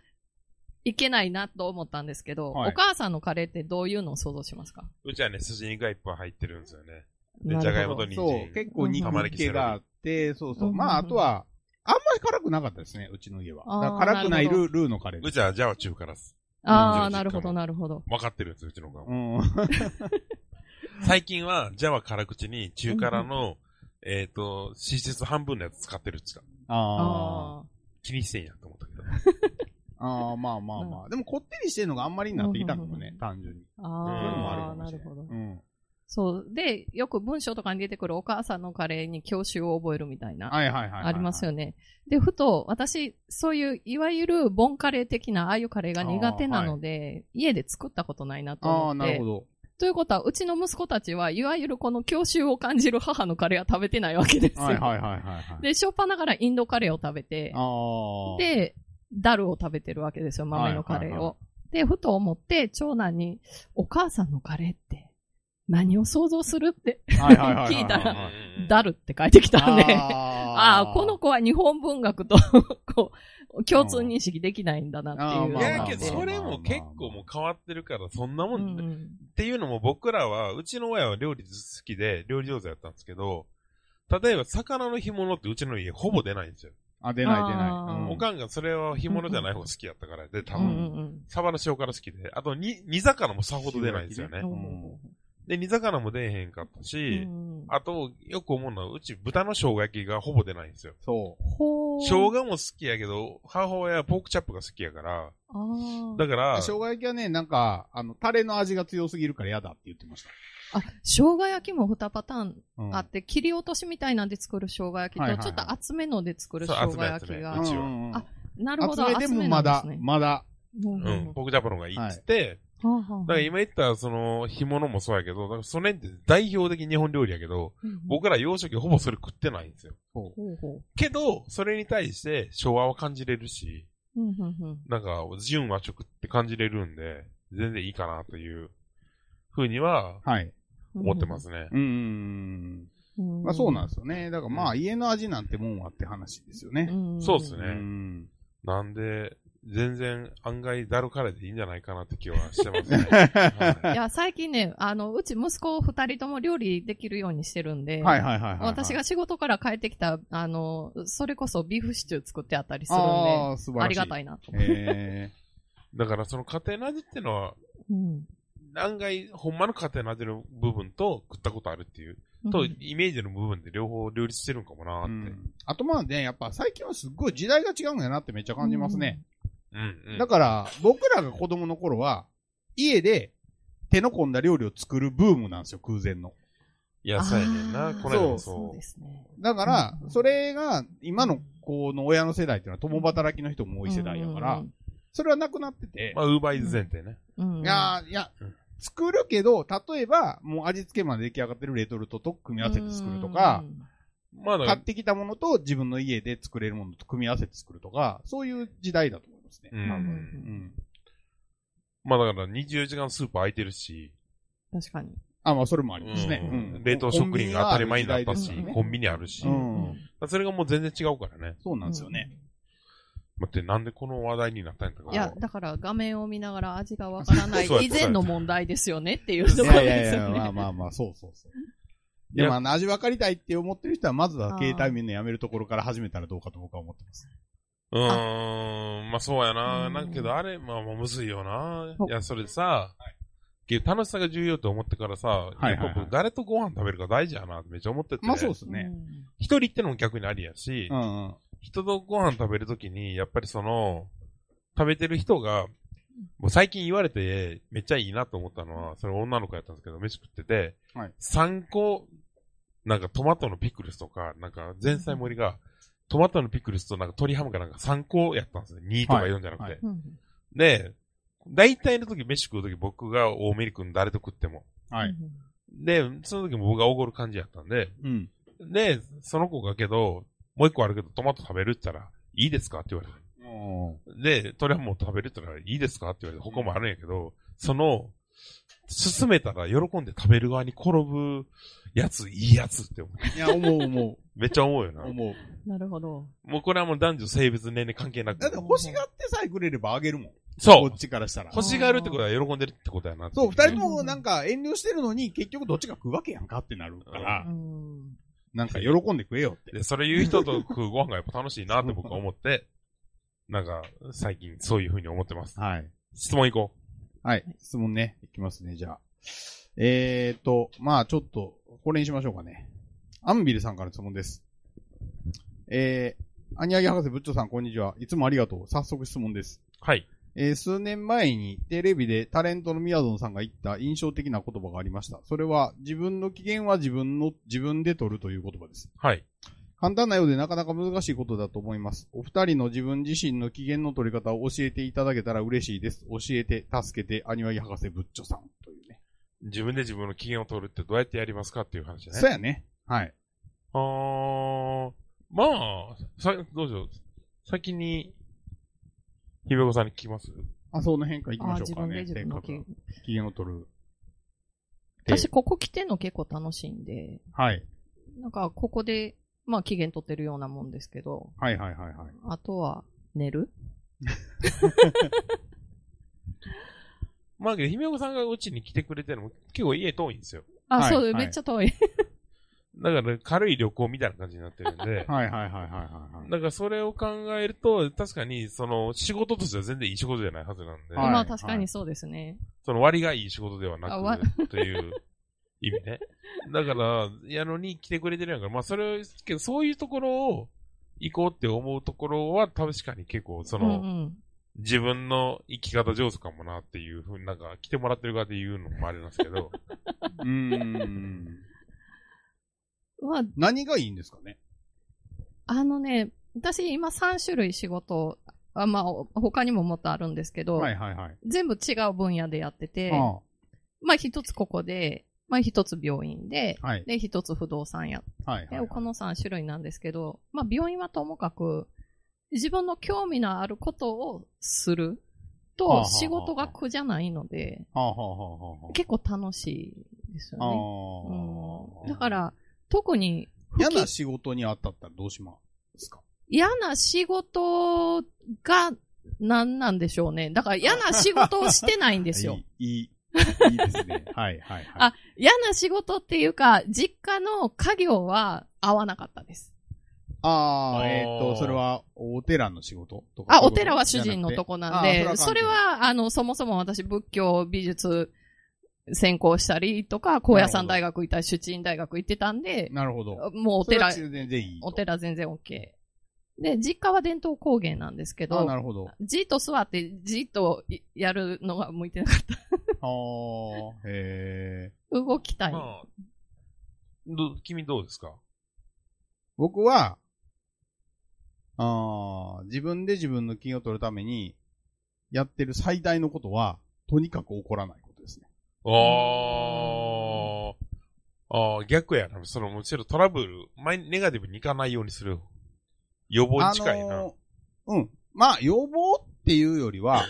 [SPEAKER 4] いけないなと思ったんですけど、
[SPEAKER 3] はい
[SPEAKER 4] お母さんのカレーってどういうのを想像しますか
[SPEAKER 2] うちはね、筋肉がいっぱい入ってるんですよね。で、
[SPEAKER 4] な
[SPEAKER 2] じゃがい
[SPEAKER 4] る
[SPEAKER 2] も
[SPEAKER 4] ほ
[SPEAKER 2] と
[SPEAKER 4] ど
[SPEAKER 2] 人
[SPEAKER 3] そう、
[SPEAKER 2] 参。
[SPEAKER 3] 結構肉気があって、そうそう。まあ、あとは、あんまり辛くなかったですね、うちの家は。
[SPEAKER 4] あー
[SPEAKER 3] だから辛くない
[SPEAKER 4] なるほ
[SPEAKER 3] ルールーのカレーで
[SPEAKER 2] う
[SPEAKER 3] す。
[SPEAKER 2] ちはじゃあ中辛っす。
[SPEAKER 4] あ
[SPEAKER 2] う
[SPEAKER 4] あ、
[SPEAKER 2] ん
[SPEAKER 4] なるほど、なるほど。
[SPEAKER 2] 分かってるんですよ、うちの子は
[SPEAKER 3] うん。
[SPEAKER 2] 最近は、ジャワ辛口に中辛の、えっ、と、脂質半分のやつ使ってるっつった。
[SPEAKER 3] [laughs] あ
[SPEAKER 4] あ
[SPEAKER 2] 気にしてんやと思ったけど。
[SPEAKER 3] あ。ああ、まあまあまあ。でも、こってりしてるのがあんまりになってきたのも
[SPEAKER 4] う
[SPEAKER 3] ね
[SPEAKER 4] ん、
[SPEAKER 3] 単純に。
[SPEAKER 4] あ、
[SPEAKER 2] そういうのもある
[SPEAKER 4] あ
[SPEAKER 2] か
[SPEAKER 4] あ、なるほど。
[SPEAKER 3] うん。
[SPEAKER 4] そう。で、よく文章とかに出てくるお母さんのカレーに教習を覚えるみたいな、
[SPEAKER 3] はいはいはいはいはい。
[SPEAKER 4] ありますよね。で、ふと、私、そういう、いわゆるボンカレー的な、ああいうカレーが苦手なので、家で作ったことないなと
[SPEAKER 3] ああ、
[SPEAKER 4] 思って。
[SPEAKER 3] なるほど。
[SPEAKER 4] ということは、うちの息子たちは、いわゆるこの教習を感じる母のカレーは食べてないわけですよ。
[SPEAKER 3] はいはいはいはいはい。
[SPEAKER 4] で、しょっぱながらインドカレーを食べて、
[SPEAKER 3] ああ。、
[SPEAKER 4] で、ダルを食べてるわけですよ、豆のカレーを。
[SPEAKER 3] はいはいは
[SPEAKER 4] で、ふと思って、長男に、お母さんのカレーって、何を想像するって、
[SPEAKER 3] はいはいはい。
[SPEAKER 4] 聞いたら [laughs]
[SPEAKER 3] はい
[SPEAKER 4] ダルって書いてきたんで、あ
[SPEAKER 3] あ
[SPEAKER 4] [laughs] あー、この子は日本文学と [laughs] こう共通認識できないんだなっていう。
[SPEAKER 2] い
[SPEAKER 3] まあま
[SPEAKER 2] や
[SPEAKER 3] あ
[SPEAKER 2] けど、それも結構もう変わってるから、そんなも、
[SPEAKER 4] うん
[SPEAKER 2] っ
[SPEAKER 4] ん
[SPEAKER 2] ていうのも僕らは、うちの親は料理好きで、料理上手やったんですけど、例えば魚の干物ってうちの家ほぼ出ないんですよ。
[SPEAKER 3] あ、出ない出ない。
[SPEAKER 4] あー
[SPEAKER 3] うん
[SPEAKER 2] おかんがそれは干物じゃない方が好きやったから、で、多
[SPEAKER 4] うんう
[SPEAKER 2] 分、
[SPEAKER 4] ん
[SPEAKER 2] サバの塩辛好きで、あと、に、煮魚もさほど出ないんですよね
[SPEAKER 4] う。ん。
[SPEAKER 2] で、煮魚も出えへんかったし、あと、よく思うのは、うち豚の生姜焼きがほぼ出ないんですよ。
[SPEAKER 3] そう。
[SPEAKER 4] ほう。
[SPEAKER 2] 生姜も好きやけど、母親はポークチャップが好きやから、
[SPEAKER 4] あ
[SPEAKER 2] だ
[SPEAKER 4] ー
[SPEAKER 2] から、
[SPEAKER 3] 生姜焼きはね、なんか、あの、タレの味が強すぎるから嫌だって言ってました。
[SPEAKER 4] あ、生姜焼きも2パターン
[SPEAKER 3] うん
[SPEAKER 4] あって、切り落としみたいなんで作る生姜焼き
[SPEAKER 3] はいはい
[SPEAKER 4] と、
[SPEAKER 3] はい
[SPEAKER 4] ちょっと厚めので作る
[SPEAKER 2] そう
[SPEAKER 4] 生姜焼
[SPEAKER 2] 厚
[SPEAKER 4] き
[SPEAKER 2] め
[SPEAKER 4] が
[SPEAKER 2] 厚。め一応
[SPEAKER 3] うんうんうん
[SPEAKER 4] あなるほ
[SPEAKER 3] 厚
[SPEAKER 4] ど、
[SPEAKER 3] め
[SPEAKER 4] 厚
[SPEAKER 3] でも
[SPEAKER 4] めな
[SPEAKER 3] ま
[SPEAKER 4] んです
[SPEAKER 3] だ、
[SPEAKER 4] ね。
[SPEAKER 3] まだ。
[SPEAKER 4] う
[SPEAKER 2] うんん、ポークチャップの方がいいっつって、
[SPEAKER 4] はあはあはあ
[SPEAKER 2] だから今言った、その、干物もそうやけど、だからソ連って代表的日本料理やけど、
[SPEAKER 4] うん
[SPEAKER 2] 僕ら洋食ほぼそれ食ってないんですよ。
[SPEAKER 3] そ
[SPEAKER 4] ほうほ
[SPEAKER 2] けど、それに対して昭和は感じれるし、
[SPEAKER 4] う。うんうんうん
[SPEAKER 2] なんか、純和食って感じれるんで、全然いいかなという、ふうには、
[SPEAKER 3] う。はい。
[SPEAKER 2] 思ってますね。
[SPEAKER 3] うんうんうんうん。まあそうなんですよね。だからまあ家の味なんてもんはって話ですよね。
[SPEAKER 4] ん
[SPEAKER 2] そうっす
[SPEAKER 3] う
[SPEAKER 2] ね
[SPEAKER 3] ん。 [laughs]
[SPEAKER 2] なんで、全然、案外、ダルカレーでいいんじゃないかなって気はしてますね。
[SPEAKER 4] いや、最近ね、あの、うち息子二人とも料理できるようにしてるんで、
[SPEAKER 3] はいはいはいはいはい。
[SPEAKER 4] 私が仕事から帰ってきた、あの、それこそビーフシチュー作ってあったりするんで、
[SPEAKER 3] ああ、素晴らしい。
[SPEAKER 4] ありがた
[SPEAKER 3] い。
[SPEAKER 4] いなと。
[SPEAKER 3] え [laughs]
[SPEAKER 2] だから、その家庭の味ってのは、
[SPEAKER 4] うん
[SPEAKER 2] 案外、ほんまの家庭の味の部分と、食ったことあるっていう、と、イメージの部分で両方両立してるんかもな
[SPEAKER 3] ーう
[SPEAKER 2] ーって。
[SPEAKER 3] んあとまあね、やっぱ最近はすっごい時代が違うんだなってめっちゃ感じますね。。
[SPEAKER 2] うん、うん。
[SPEAKER 3] だから僕らが子供の頃は、家で手の込んだ料理を作るブームなんですよ、空前の。
[SPEAKER 2] いや、そうやねんな。
[SPEAKER 4] あー
[SPEAKER 2] この間も
[SPEAKER 4] そう
[SPEAKER 2] そ
[SPEAKER 4] ですね。
[SPEAKER 3] だから
[SPEAKER 4] う、ん
[SPEAKER 3] それが今の子の親の世代っていうのは共働きの人も多い世代やから、それはなくなってて
[SPEAKER 2] う。、まあ、ウーバーイズ前提ね。
[SPEAKER 4] うんうんうん、
[SPEAKER 3] いやーいや、作るけど、例えば、もう味付けまで出来上がってるレトルトと組み合わせて作るとか
[SPEAKER 4] う、ん
[SPEAKER 2] まあ、だか
[SPEAKER 3] 買っ
[SPEAKER 2] ら、
[SPEAKER 3] てきたものと自分の家で作れるものと組み合わせて作るとか、そういう時代だと思いますね。
[SPEAKER 2] うん
[SPEAKER 4] うんう
[SPEAKER 3] うんん。
[SPEAKER 2] まあ、だから24時間スーパー空いてるし、
[SPEAKER 4] 確かに。
[SPEAKER 3] あ、まあ、それもありますね。
[SPEAKER 2] う
[SPEAKER 3] うんん。
[SPEAKER 2] 冷凍食品が当たり前になったし
[SPEAKER 4] コンビニがある時代ですよ、ね
[SPEAKER 2] コンビニあるし、
[SPEAKER 3] う
[SPEAKER 2] だから
[SPEAKER 3] ん
[SPEAKER 2] それがもう全然違うからね。
[SPEAKER 3] そうなんですよね。
[SPEAKER 2] 待って、なんでこの話題になったんやったか
[SPEAKER 4] いや、だから画面を見ながら味がわからない
[SPEAKER 2] そうや
[SPEAKER 4] 以前の問題ですよねっていう
[SPEAKER 3] い
[SPEAKER 4] ところ
[SPEAKER 3] やいや
[SPEAKER 4] で
[SPEAKER 3] い
[SPEAKER 4] す
[SPEAKER 3] や、
[SPEAKER 4] よ
[SPEAKER 3] まあ
[SPEAKER 4] ね。
[SPEAKER 3] まあまあ、そうそうそう。
[SPEAKER 2] いや
[SPEAKER 3] でも、あの、味分かりたいって思ってる人は、まずは
[SPEAKER 4] あー
[SPEAKER 3] 携帯見るのやめるところから始めたらどうかと僕は思ってます。
[SPEAKER 2] うーん、まあそうやな。
[SPEAKER 4] うん
[SPEAKER 2] なんけど、あれ、まあまあむずいよな。
[SPEAKER 4] お
[SPEAKER 2] いや、それさ、けど楽しさが重要と思ってからさ、
[SPEAKER 3] いはいはい
[SPEAKER 2] やっぱ僕誰とご飯食べるか大事やなってめっちゃ思ってて。
[SPEAKER 3] まあ、そうです
[SPEAKER 4] うん
[SPEAKER 3] ね。
[SPEAKER 2] 一人ってのも逆にありやし、
[SPEAKER 3] うんうん。
[SPEAKER 2] 人とご飯食べるときに、やっぱりその、食べてる人が、もう最近言われて、めっちゃいいなと思ったのは、それ女の子やったんですけど、飯食ってて、
[SPEAKER 3] はい
[SPEAKER 2] 3個、なんかトマトのピクルスとか、なんか前菜盛りが、トマトのピクルスとなんか鶏ハムかなんか3個やったんですね。2とか4じゃなくて。
[SPEAKER 3] はいはい
[SPEAKER 4] うん
[SPEAKER 2] で、大体の時飯食う時僕が大メリ君誰と食っても。
[SPEAKER 3] はい。。
[SPEAKER 2] で、その時も僕がおごる感じやったんで、
[SPEAKER 3] うん。
[SPEAKER 2] で、その子がけど、もう一個あるけどトマト食べるって言ったら、いいですかって言われて。
[SPEAKER 3] も
[SPEAKER 2] で、トリハムを食べるって言ったらいいですかって言われて、他もあるんやけど、その、進めたら喜んで食べる側に転ぶやつ、いいやつって思う。
[SPEAKER 3] ういや、思う思
[SPEAKER 2] めっちゃ思うよ
[SPEAKER 3] う。
[SPEAKER 2] な。
[SPEAKER 3] 思う。
[SPEAKER 4] なるほど。
[SPEAKER 2] もうこれはもう男女性別年齢関係な
[SPEAKER 3] だっ
[SPEAKER 2] く
[SPEAKER 3] て。欲しがってさえくれればあげるもん。
[SPEAKER 2] そ
[SPEAKER 3] こ
[SPEAKER 2] う
[SPEAKER 3] っ。ちからしたら。
[SPEAKER 2] 欲しがるってことは喜んでるってことやなってい。
[SPEAKER 3] そう、二人ともなんか遠慮してるのに、結局どっちが食うわけやんかってなるから、
[SPEAKER 4] うん
[SPEAKER 3] なんか喜んで食えよって。
[SPEAKER 2] で、それ言う人と食うご飯がやっぱ楽しいなって僕は思って、なんか、最近そういうふうに思ってます。
[SPEAKER 3] はい。
[SPEAKER 2] 質問いこ
[SPEAKER 3] はい。質問ね。いきますね、じゃあ。えーと、まあちょっと、これにしましょうかね。アンビルさんからの質問です。えー、アニアギ博士、ブッチョさん、こんにちは。いつもありがとう。早速質問です。
[SPEAKER 2] う。はい。
[SPEAKER 3] えー、数年前にテレビでタレントのミヤゾンさんが言った印象的な言葉がありました。それは、自分の機嫌は自分の、自分で取るという言葉です。
[SPEAKER 2] はい。
[SPEAKER 3] 簡単なようでなかなか難しいことだと思います。お二人の自分自身の機嫌の取り方を教えていただけたら嬉しいです。教えて、助けて、アニワギ博士ブッチョさん。というね。
[SPEAKER 2] 自分で自分の機嫌を取るってどうやってやりますかっていう話ね。
[SPEAKER 3] そうやね。はい。
[SPEAKER 2] あー、まあ、さ、どうしよう。先に、ひべこさんに聞きます
[SPEAKER 3] あ、その辺から行き
[SPEAKER 4] あ
[SPEAKER 3] ま
[SPEAKER 4] ー
[SPEAKER 3] しょ
[SPEAKER 4] 自
[SPEAKER 3] うか
[SPEAKER 4] 分で
[SPEAKER 3] ね。
[SPEAKER 4] 自分の気
[SPEAKER 3] 性格機嫌を取る。で
[SPEAKER 4] 私、ここ来てんの結構楽しいんで、
[SPEAKER 3] はい。
[SPEAKER 4] なんか、ここで、まあ、期限取ってるようなもんですけど、
[SPEAKER 3] はいはいはいはい。
[SPEAKER 4] あとは、寝る
[SPEAKER 2] まあ、けど、ひべこさんがうちに来てくれてるのも結構家遠いんですよ。
[SPEAKER 4] あ、
[SPEAKER 3] はい
[SPEAKER 4] そう、
[SPEAKER 3] はい、
[SPEAKER 4] めっちゃ遠い。
[SPEAKER 2] だから軽い旅行みたいな感じになってるんで [laughs]
[SPEAKER 3] はいはいはいはいはい。
[SPEAKER 2] だからそれを考えると、確かに、その、仕事としては全然いい仕事じゃないはずなんで、
[SPEAKER 3] はい
[SPEAKER 4] まあ確かにそうですね。
[SPEAKER 2] その割がいい仕事では
[SPEAKER 4] あわ
[SPEAKER 2] なく、という意味ね。だから、やのに来てくれてるやんから、まあそれを、けどそういうところを行こうって思うところは確かに結構、そ
[SPEAKER 4] うんう
[SPEAKER 2] の、
[SPEAKER 4] ん。
[SPEAKER 2] 自分の生き方上手かもなっていうふうになんか来てもらってる側で言うのもあれなんです
[SPEAKER 3] [laughs]
[SPEAKER 2] けど、
[SPEAKER 4] [laughs]
[SPEAKER 3] うーん。
[SPEAKER 4] まあ、
[SPEAKER 3] 何がいいんですかね
[SPEAKER 4] あのね、私今3種類仕事、あまあ他にももっとあるんですけど、
[SPEAKER 3] はいはいはい。
[SPEAKER 4] 全部違う分野でやってて、
[SPEAKER 3] あ
[SPEAKER 4] まあ一つここで、まあ一つ病院で、
[SPEAKER 3] あはい。
[SPEAKER 4] で一つ不動産やっ
[SPEAKER 3] はいはい
[SPEAKER 4] で
[SPEAKER 3] はい。
[SPEAKER 4] この3種類なんですけど、まあ、病院はともかく、自分の興味のあることをする
[SPEAKER 3] はあは
[SPEAKER 4] と
[SPEAKER 3] あ、はあ
[SPEAKER 4] 仕事が苦じゃないので、
[SPEAKER 3] はあはあはあは
[SPEAKER 4] 結構楽しいです
[SPEAKER 3] あ
[SPEAKER 4] よ
[SPEAKER 3] は
[SPEAKER 4] ね。う
[SPEAKER 3] あ。
[SPEAKER 4] ん、だか、ら、特に不
[SPEAKER 3] 嫌
[SPEAKER 4] き
[SPEAKER 3] な仕事にあったったらどうしますか
[SPEAKER 4] 嫌な仕事が何なんでしょうね。だから嫌な仕事をしてないんです
[SPEAKER 3] [laughs]
[SPEAKER 4] よ。
[SPEAKER 3] いい、いい、いいです
[SPEAKER 4] [laughs]
[SPEAKER 3] ね。はいはいはい。
[SPEAKER 4] あ嫌な仕事っていうか、実家の家業は合わなかったです。
[SPEAKER 3] あ
[SPEAKER 2] あ
[SPEAKER 3] あ、
[SPEAKER 2] ー
[SPEAKER 3] えっ、と、それは、お寺の仕事とか。
[SPEAKER 4] あ、お寺は主人のとこなん
[SPEAKER 3] じゃな
[SPEAKER 4] で、
[SPEAKER 3] くてあ
[SPEAKER 4] それ、は、あの、そもそも私仏教美術専攻したりとか、高野山大学行ったり、主治院大学行ってたんで
[SPEAKER 3] 関係、なるほど。
[SPEAKER 4] もうお
[SPEAKER 3] それは
[SPEAKER 4] 寺、
[SPEAKER 3] 中然でいいと。
[SPEAKER 4] お寺全然 OK。で、実家は伝統工芸なんですけ
[SPEAKER 3] あな
[SPEAKER 4] ど、
[SPEAKER 3] るほど。あ
[SPEAKER 4] じっと座ってじっといやるのが向いてなかった。
[SPEAKER 3] あ、へえ。
[SPEAKER 4] 動きたい。
[SPEAKER 2] まあ、ど君どうですか
[SPEAKER 3] 僕は、ああ、自分で自分の金を取るために、やってる最大のことは、とにかく怒らないことですね。
[SPEAKER 2] ああ、ああ、逆やな。その、むしろトラブル、マイネガティブにいかないようにする。予防に近いな。
[SPEAKER 3] あのーうん。まあ、要望っていうより
[SPEAKER 2] [laughs]
[SPEAKER 3] は、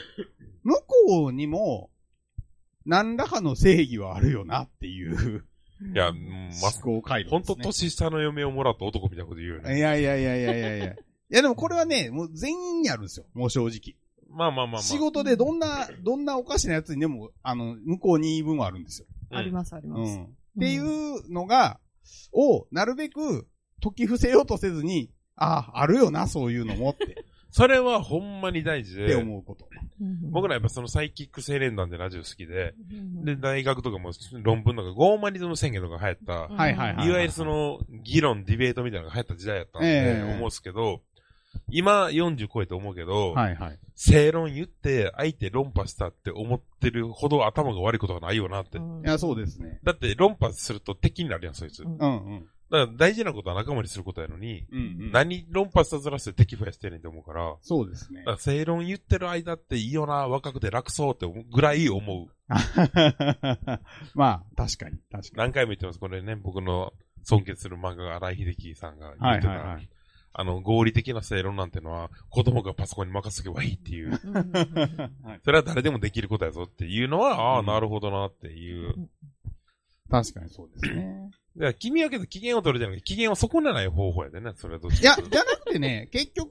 [SPEAKER 3] 向こうにも、何らかの正義はあるよなっていう
[SPEAKER 2] いや、うんま
[SPEAKER 3] 思考回路です、
[SPEAKER 2] ほ
[SPEAKER 3] ね。
[SPEAKER 2] んと年下の嫁をもらった男みたいなこと言うよ
[SPEAKER 3] い
[SPEAKER 2] ね。
[SPEAKER 3] やいやいやいやいやいや。いやでもこれはね、もう全員にあるんですよ。もう正直。
[SPEAKER 2] まあまあまあまあ。
[SPEAKER 3] 仕事でどんな、どんなおかしなやつにでも、あの、向こうに言い分はあるんですよ。
[SPEAKER 2] うん
[SPEAKER 4] あります、あり
[SPEAKER 3] う
[SPEAKER 4] ます。
[SPEAKER 3] ん。っていうのが、を、なるべく解き伏せようとせずに、ああ、あるよな、そういうのもって、
[SPEAKER 2] それはほんまに大事
[SPEAKER 3] って
[SPEAKER 2] で、
[SPEAKER 3] 思うこと。
[SPEAKER 4] うん
[SPEAKER 2] 僕らやっぱそのサイキック青年団でラジオ好きで、
[SPEAKER 4] うん
[SPEAKER 2] で、大学とかも論文とか、ゴーマニズム宣言とか流行った、
[SPEAKER 4] うん
[SPEAKER 3] はいはいはい。
[SPEAKER 2] いわゆるそ、の、議論、ディベートみたいなのが流行った時代やったん
[SPEAKER 3] え
[SPEAKER 2] で、
[SPEAKER 3] え
[SPEAKER 2] 思うんですけど、今40超えて思うけど、
[SPEAKER 3] はいはい。
[SPEAKER 2] 正論言って、相手論破したって思ってるほど頭が悪いことはないよなって。
[SPEAKER 4] うん
[SPEAKER 3] いや、そうですね。
[SPEAKER 2] だって論破すると敵になるやん、そいつ。
[SPEAKER 4] う
[SPEAKER 2] だ
[SPEAKER 4] ん
[SPEAKER 2] か
[SPEAKER 3] うんうん。
[SPEAKER 2] ら大事なことは仲間にすることやのに、
[SPEAKER 3] うんうん、
[SPEAKER 2] 何論破さずらして敵増やしてんねんって思うから、
[SPEAKER 3] そうですね
[SPEAKER 2] だか。ら正論言ってる間っていいよな、若くて楽そうって思うぐらい思う。
[SPEAKER 3] [laughs] まあ、確かに、確か
[SPEAKER 2] 何回も言ってます、これね、僕の尊敬する漫画が荒井秀樹さんが
[SPEAKER 3] に。
[SPEAKER 2] 言
[SPEAKER 3] は
[SPEAKER 2] っ
[SPEAKER 3] い
[SPEAKER 2] てた、
[SPEAKER 3] はいはい。
[SPEAKER 2] あの、合理的な正論なんてのは、子供がパソコンに任せとけばいいっていう。
[SPEAKER 4] うんうんうん
[SPEAKER 3] はい
[SPEAKER 2] それは誰でもできることやぞっていうのは、ああ、
[SPEAKER 3] うん
[SPEAKER 2] なるほどなっていう。
[SPEAKER 3] [laughs] 確かにそうですね。
[SPEAKER 2] だから君はけど機嫌を取るじゃなくて、機嫌を損なない方法やでね、それはどっち
[SPEAKER 3] いや、じゃなくてね、
[SPEAKER 2] [laughs]
[SPEAKER 3] 結局、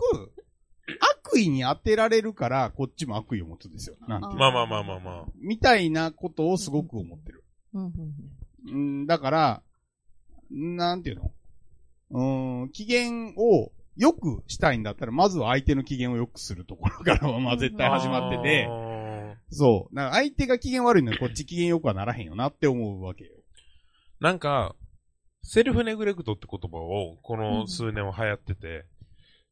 [SPEAKER 3] 悪意に当てられるから、こっちも悪意を持つんですよ。なんていう
[SPEAKER 2] まあまあまあまあまあ。
[SPEAKER 3] みたいなことをすごく思ってる。
[SPEAKER 4] うんうんうん
[SPEAKER 3] うん、だから、なんていうのうん、機嫌を良くしたいんだったら、まずは相手の機嫌を良くするところからは、まあ絶対始まってて
[SPEAKER 2] あ、ー
[SPEAKER 3] そう。だから相手が機嫌悪いのにこっち機嫌良くはならへんよなって思うわけよ。
[SPEAKER 2] なんか、セルフネグレクトって言葉を、こ
[SPEAKER 4] う
[SPEAKER 2] の
[SPEAKER 4] ん
[SPEAKER 2] 数年は流行ってて、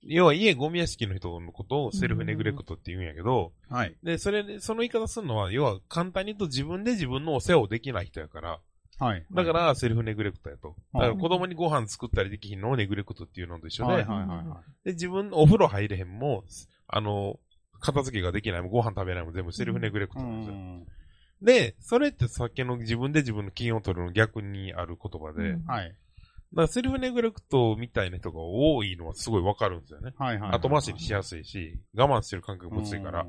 [SPEAKER 2] 要は家ゴミ屋敷の人のことをセルフネグレクトって言うんやけど、
[SPEAKER 3] はい。
[SPEAKER 2] で、それで、その言い方するのは、要は簡単に言うと自分で自分のお世話をできない人やから、
[SPEAKER 3] はい。
[SPEAKER 2] だからセルフネグレクトやと。
[SPEAKER 3] うん
[SPEAKER 2] だから子供にご飯作ったりできひんのをネグレクトっていうのと一緒
[SPEAKER 3] はい
[SPEAKER 2] で
[SPEAKER 3] はい、はいは
[SPEAKER 2] で、自分お風呂入れへんも、あの、片付けができないもご飯食べないも全部セルフネグレク
[SPEAKER 3] い。う
[SPEAKER 2] トなんですよ。
[SPEAKER 3] ん。
[SPEAKER 2] で、それってさっきの自分で自分の金を取るの逆にある言葉で、
[SPEAKER 4] うん
[SPEAKER 3] はい。
[SPEAKER 2] だからセルフネグレクトみたいな人が多いのはすごいわかるんですよね。
[SPEAKER 3] はいはい。
[SPEAKER 2] 後回しにし
[SPEAKER 3] や
[SPEAKER 2] やすいし、我慢してる感覚
[SPEAKER 3] す
[SPEAKER 2] も強いから。。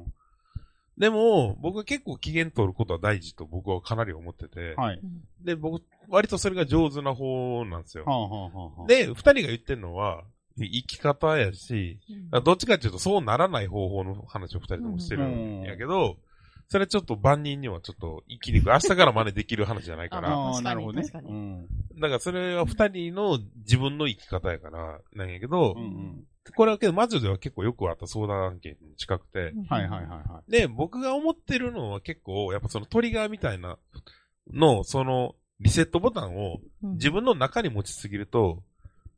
[SPEAKER 2] でも、僕は結構機嫌取ることは大事と僕はかなり思ってて、
[SPEAKER 3] はい。
[SPEAKER 2] で、僕、割とそれが上手な方なんですよ
[SPEAKER 3] は。あはあはあはあ、
[SPEAKER 2] で、二人が言ってるのは、生き方やし、どっちかっていうとそうならない方法の話を二人ともしてるんやけど、それちょっと万人にはちょっと生きにくい。明日から真似できる話じゃないから。
[SPEAKER 3] あ
[SPEAKER 4] 確か
[SPEAKER 3] あ、
[SPEAKER 4] に
[SPEAKER 3] なるほどね。
[SPEAKER 4] 確か
[SPEAKER 3] う
[SPEAKER 4] に
[SPEAKER 3] ん。
[SPEAKER 2] だからそれは二人の自分の生き方やから、なんやけど、
[SPEAKER 3] うんうん。
[SPEAKER 2] これはけど魔女では結構よくあった相談案件に近くて、
[SPEAKER 3] はいはいはいは
[SPEAKER 2] で、僕が思ってるのは結構、やっぱそのトリガーみたいなの、そのリセットボタンを
[SPEAKER 4] い。
[SPEAKER 2] 自分の中に持ちすぎると、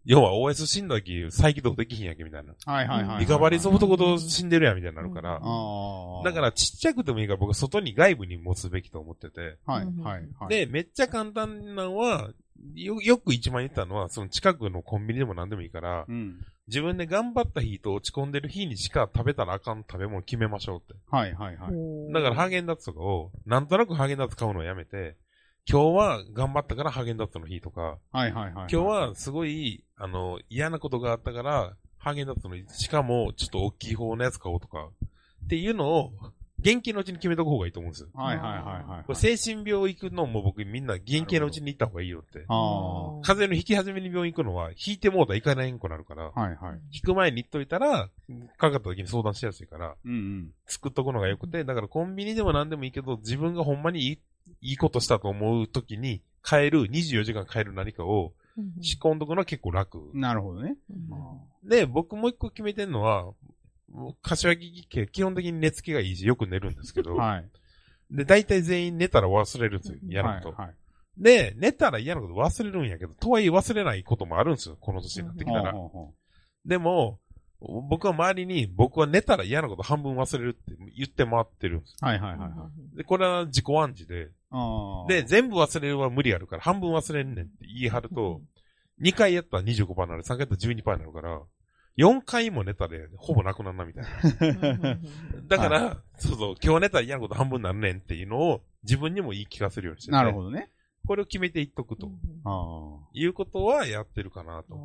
[SPEAKER 2] 要は OS 死んだき再起動できひんやけみたいな。
[SPEAKER 3] い。はいはいはいはい。
[SPEAKER 2] リカバリーソフトごと死んでるやんみたいになるから。
[SPEAKER 3] ああ。
[SPEAKER 2] だからちっちゃくてもいいから僕は外に外部に持つべきと思ってて。
[SPEAKER 3] ら、はいはいはい。、
[SPEAKER 2] で、めっちゃ簡単なのは、よ、よく一番言ってたのは、その近くのコンビニでも何でもいいから、
[SPEAKER 3] うん。
[SPEAKER 2] 自分で頑張った日と落ち込んでる日にしか食べたらあかん食べ物決めましょうって。
[SPEAKER 3] はいはいはい。
[SPEAKER 4] 分
[SPEAKER 2] だからハーゲンダッツとかを、なんとなくハーゲンダッツ買うのをやめて、今日は頑張ったからハーゲンダッツの日とか、
[SPEAKER 3] はいはいは
[SPEAKER 2] 今
[SPEAKER 3] い。
[SPEAKER 2] 日、はすごい、あの、嫌なことがあったから、ハーゲンダッツの日、しかもちょっと大きい方のやつ買おうとか、っていうのを、元気のうちに決めとく方がいいと思うんですよ。
[SPEAKER 3] はいはいはいはい。
[SPEAKER 2] これ精神病行くのも僕みんな元気のうちに行った方がいいよって。
[SPEAKER 3] あ
[SPEAKER 2] 風邪の引き始めに病院行くのは、引いてもうたら行かないんこなるから、
[SPEAKER 3] あ。はいはい。
[SPEAKER 2] 引く前に行っといたら、かかった時に相談しやすいから、
[SPEAKER 3] うんうん。
[SPEAKER 2] 作っとくのが良くて、だからコンビニでも何でもいいけど、自分がほんまにいい、いいことしたと思う時に、変える、24時間変える何かを仕込んどくのは結構楽。
[SPEAKER 3] なるほどね。
[SPEAKER 4] うん
[SPEAKER 3] あ
[SPEAKER 2] で、僕もう一個決めてんのは、もう柏木家、基本的に寝つきがいいし、よく寝るんですけ
[SPEAKER 3] あ
[SPEAKER 2] ど、
[SPEAKER 3] はい。
[SPEAKER 2] で、大体全員寝たら忘れるんですよ、嫌な
[SPEAKER 3] は
[SPEAKER 2] こ
[SPEAKER 3] い
[SPEAKER 2] と。
[SPEAKER 3] はい。
[SPEAKER 2] で、寝たら嫌なこと忘れるんやけど、とはいえ忘れないこともあるんですよ、この年になってきたら。
[SPEAKER 3] ほうほ
[SPEAKER 2] でも、僕は周りに、僕は寝たら嫌なこと半分忘れるって言って回ってるんです。
[SPEAKER 3] うはいはいはいはい。
[SPEAKER 2] で、これは自己暗示で、
[SPEAKER 3] ああ。
[SPEAKER 2] で、、全部忘れるは無理あるから、半分忘れんねんって言い張ると、2回やったら25%になる、3回やったら12%になるから、4回も寝たで、ほぼなくなるな、みたいな。だから、そうそう、今日寝たら嫌なこと半分なんねんっていうのを、自分にも言い聞かせるようにしてて
[SPEAKER 3] なるほどね。
[SPEAKER 2] これを決めていっとくと。
[SPEAKER 3] ああ。
[SPEAKER 2] いうことはやってるかなと。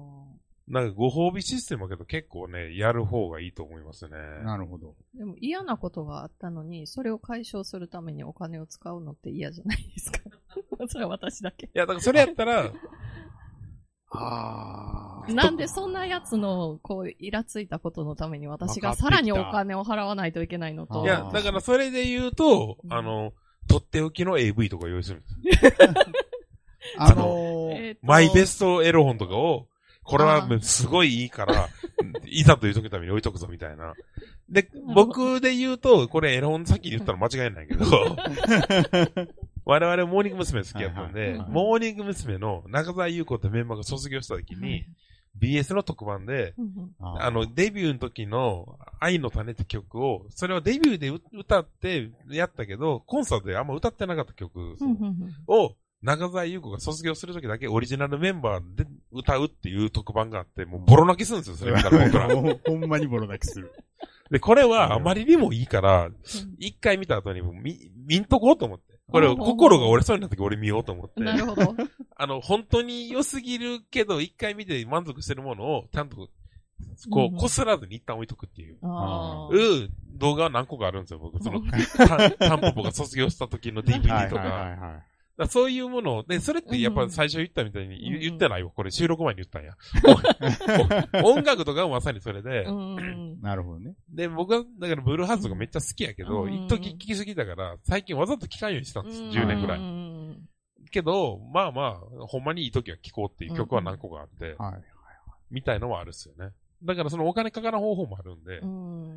[SPEAKER 2] なんかご褒美システムだけど結構ね、やる方がいいと思いますね。
[SPEAKER 3] なるほど。
[SPEAKER 4] でも嫌なことがあったのに、それを解消するためにお金を使うのって嫌じゃないですか。それは私だけ。
[SPEAKER 2] いや、だからそれやったら、
[SPEAKER 3] ああ。
[SPEAKER 4] なんでそんなやつの、こう、イラついたことのために私がさらにお金を払わないといけないの
[SPEAKER 3] あ
[SPEAKER 4] と。
[SPEAKER 2] いや、だからそれで言うと、あの、とっておきの AV とか用意するんです。
[SPEAKER 3] あのー、
[SPEAKER 2] マイベ
[SPEAKER 4] ス
[SPEAKER 2] ストエロ本とかを、これは
[SPEAKER 4] あー
[SPEAKER 2] すごいいいから、いざという時のために置いとくぞみたいな。で、僕で言うと、これエロ本先に言ったら間違いないけど、我々モーニング娘。好きやったん
[SPEAKER 3] はい
[SPEAKER 4] は
[SPEAKER 2] で
[SPEAKER 4] いは、い
[SPEAKER 2] モーニング娘。の中澤優子ってメンバーが卒業した時に、BS の特番で、あの、デビューの時の愛の種って曲を、それはデビューでう歌ってやったけど、コンサートであんま歌ってなかった曲を、中澤優子が卒業する時だけオリジナルメンバーで歌うっていう特番があって、もうボロ泣きするんですよ、それ見たら僕ら。
[SPEAKER 3] ほんまにボロ泣き [laughs] する。
[SPEAKER 2] で、これはあまりにもいいから、一回見た後にもう見、見んとこうと思って。これ、
[SPEAKER 4] ほうほうほう
[SPEAKER 2] 心が折れそうになった時俺見ようと思って。
[SPEAKER 4] なるほど。
[SPEAKER 2] あの、本当に良すぎるけど、一回見て満足してるものを、ちゃんと、こ
[SPEAKER 4] うん
[SPEAKER 2] う、こすらずに一旦置いとくっていう。
[SPEAKER 4] あ
[SPEAKER 2] う
[SPEAKER 4] ー
[SPEAKER 2] ん、動画は何個かあるんですよ、僕。その、
[SPEAKER 4] うん
[SPEAKER 2] た [laughs] タンポポが卒業した時の DVD とか。
[SPEAKER 3] はいはい
[SPEAKER 2] だか
[SPEAKER 3] は
[SPEAKER 2] らそういうものを、で、それってやっぱ最初言ったみたいに、
[SPEAKER 4] うん
[SPEAKER 2] 言言ってないわ。これ収録前に言ったんや。音楽とかもまさにそれで、
[SPEAKER 4] うん
[SPEAKER 3] い。なるほどね。
[SPEAKER 2] で、僕は、だからブルーハーツとかめっちゃ好きやけど、
[SPEAKER 4] うん
[SPEAKER 2] 一時聞きすぎたから、最近わざと聞かんようにしたんです、10年ぐら
[SPEAKER 4] う
[SPEAKER 2] い。
[SPEAKER 4] ん
[SPEAKER 2] けど、まあまあ、ほんまにいい時は聴こうっていう曲は何個かあって、
[SPEAKER 3] はい。
[SPEAKER 2] みたいのはあるっすよね。だからそのお金かからん方法もあるんで、
[SPEAKER 4] う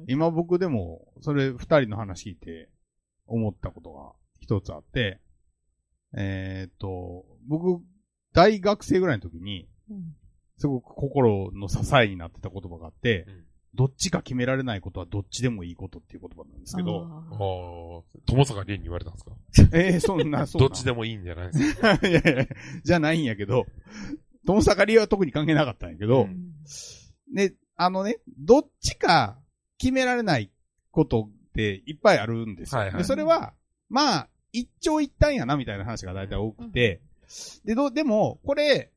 [SPEAKER 4] ん
[SPEAKER 3] 今僕でも、それ二人の話聞いて思ったことが一つあって、えーっと、僕、大学生ぐらいの時に、
[SPEAKER 4] うん
[SPEAKER 3] すごく心の支えになってた言葉があって、どっちか決められないことはどっちでもいいことっていう言葉なんですけど、
[SPEAKER 2] あ
[SPEAKER 4] あ
[SPEAKER 2] あー、友坂凛に言われたんですか
[SPEAKER 3] ええそんな、そう
[SPEAKER 2] ど
[SPEAKER 3] な
[SPEAKER 2] っちでもいいんじゃないですか
[SPEAKER 3] [laughs] いやいやじゃないんやけど、友坂理由は特に関係なかったんやけ
[SPEAKER 2] う
[SPEAKER 3] ど、
[SPEAKER 4] ー
[SPEAKER 3] ね、あのね、どっちか決められないことっていっぱいあるんですよ。
[SPEAKER 2] はいはい
[SPEAKER 3] でそれは、まあ、一長一短やなみたいな話が大体多くて、で、どう、でも、これ、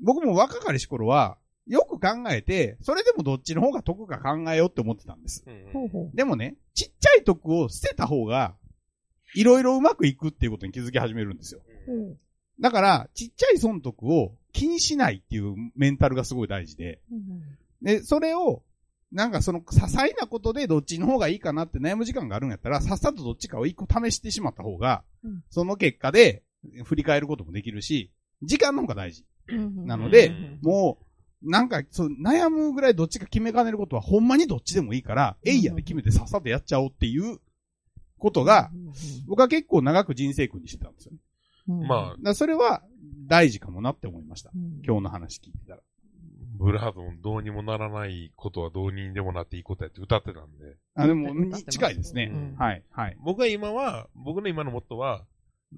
[SPEAKER 3] 僕も若かりし頃は、よく考えて、それでもどっちの方が得か考えようって思ってたんです。
[SPEAKER 2] うん
[SPEAKER 4] ほうほう
[SPEAKER 3] でもね、ちっちゃい得を捨てた方が、いろいろうまくいくっていうことに気づき始めるんですよ。
[SPEAKER 4] ほう
[SPEAKER 3] だから、ちっちゃい損得を気にしないっていうメンタルがすごい大事で、
[SPEAKER 4] うん
[SPEAKER 3] で、それをなんかその、些細なことでどっちの方がいいかなって悩む時間があるんやったら、さっさとどっちかを一個試してしまった方が、
[SPEAKER 5] うん
[SPEAKER 3] その結果で振り返ることもできるし、時間の方が大事。
[SPEAKER 5] な
[SPEAKER 3] なので、
[SPEAKER 4] うん
[SPEAKER 3] もう、なんか、そう、悩むぐらいどっちか決めかねることは、ほんまにどっちでもいいから、えいやで決めてさっさとやっちゃおうっていうことが、僕は結構長く人生訓にしてたんですよね。
[SPEAKER 2] まあ、
[SPEAKER 3] だからそれは大事かもなって思いました。
[SPEAKER 5] 今
[SPEAKER 3] 今日の話聞いてたら。
[SPEAKER 2] ブルーハートもどうにもならないことはどうにでもなっていいことやって歌ってたんで。
[SPEAKER 3] あ、でも、
[SPEAKER 4] 歌ってます
[SPEAKER 3] に近いですね。
[SPEAKER 2] うん
[SPEAKER 3] はい、はい。
[SPEAKER 2] 僕は今は、僕の今のモットーは、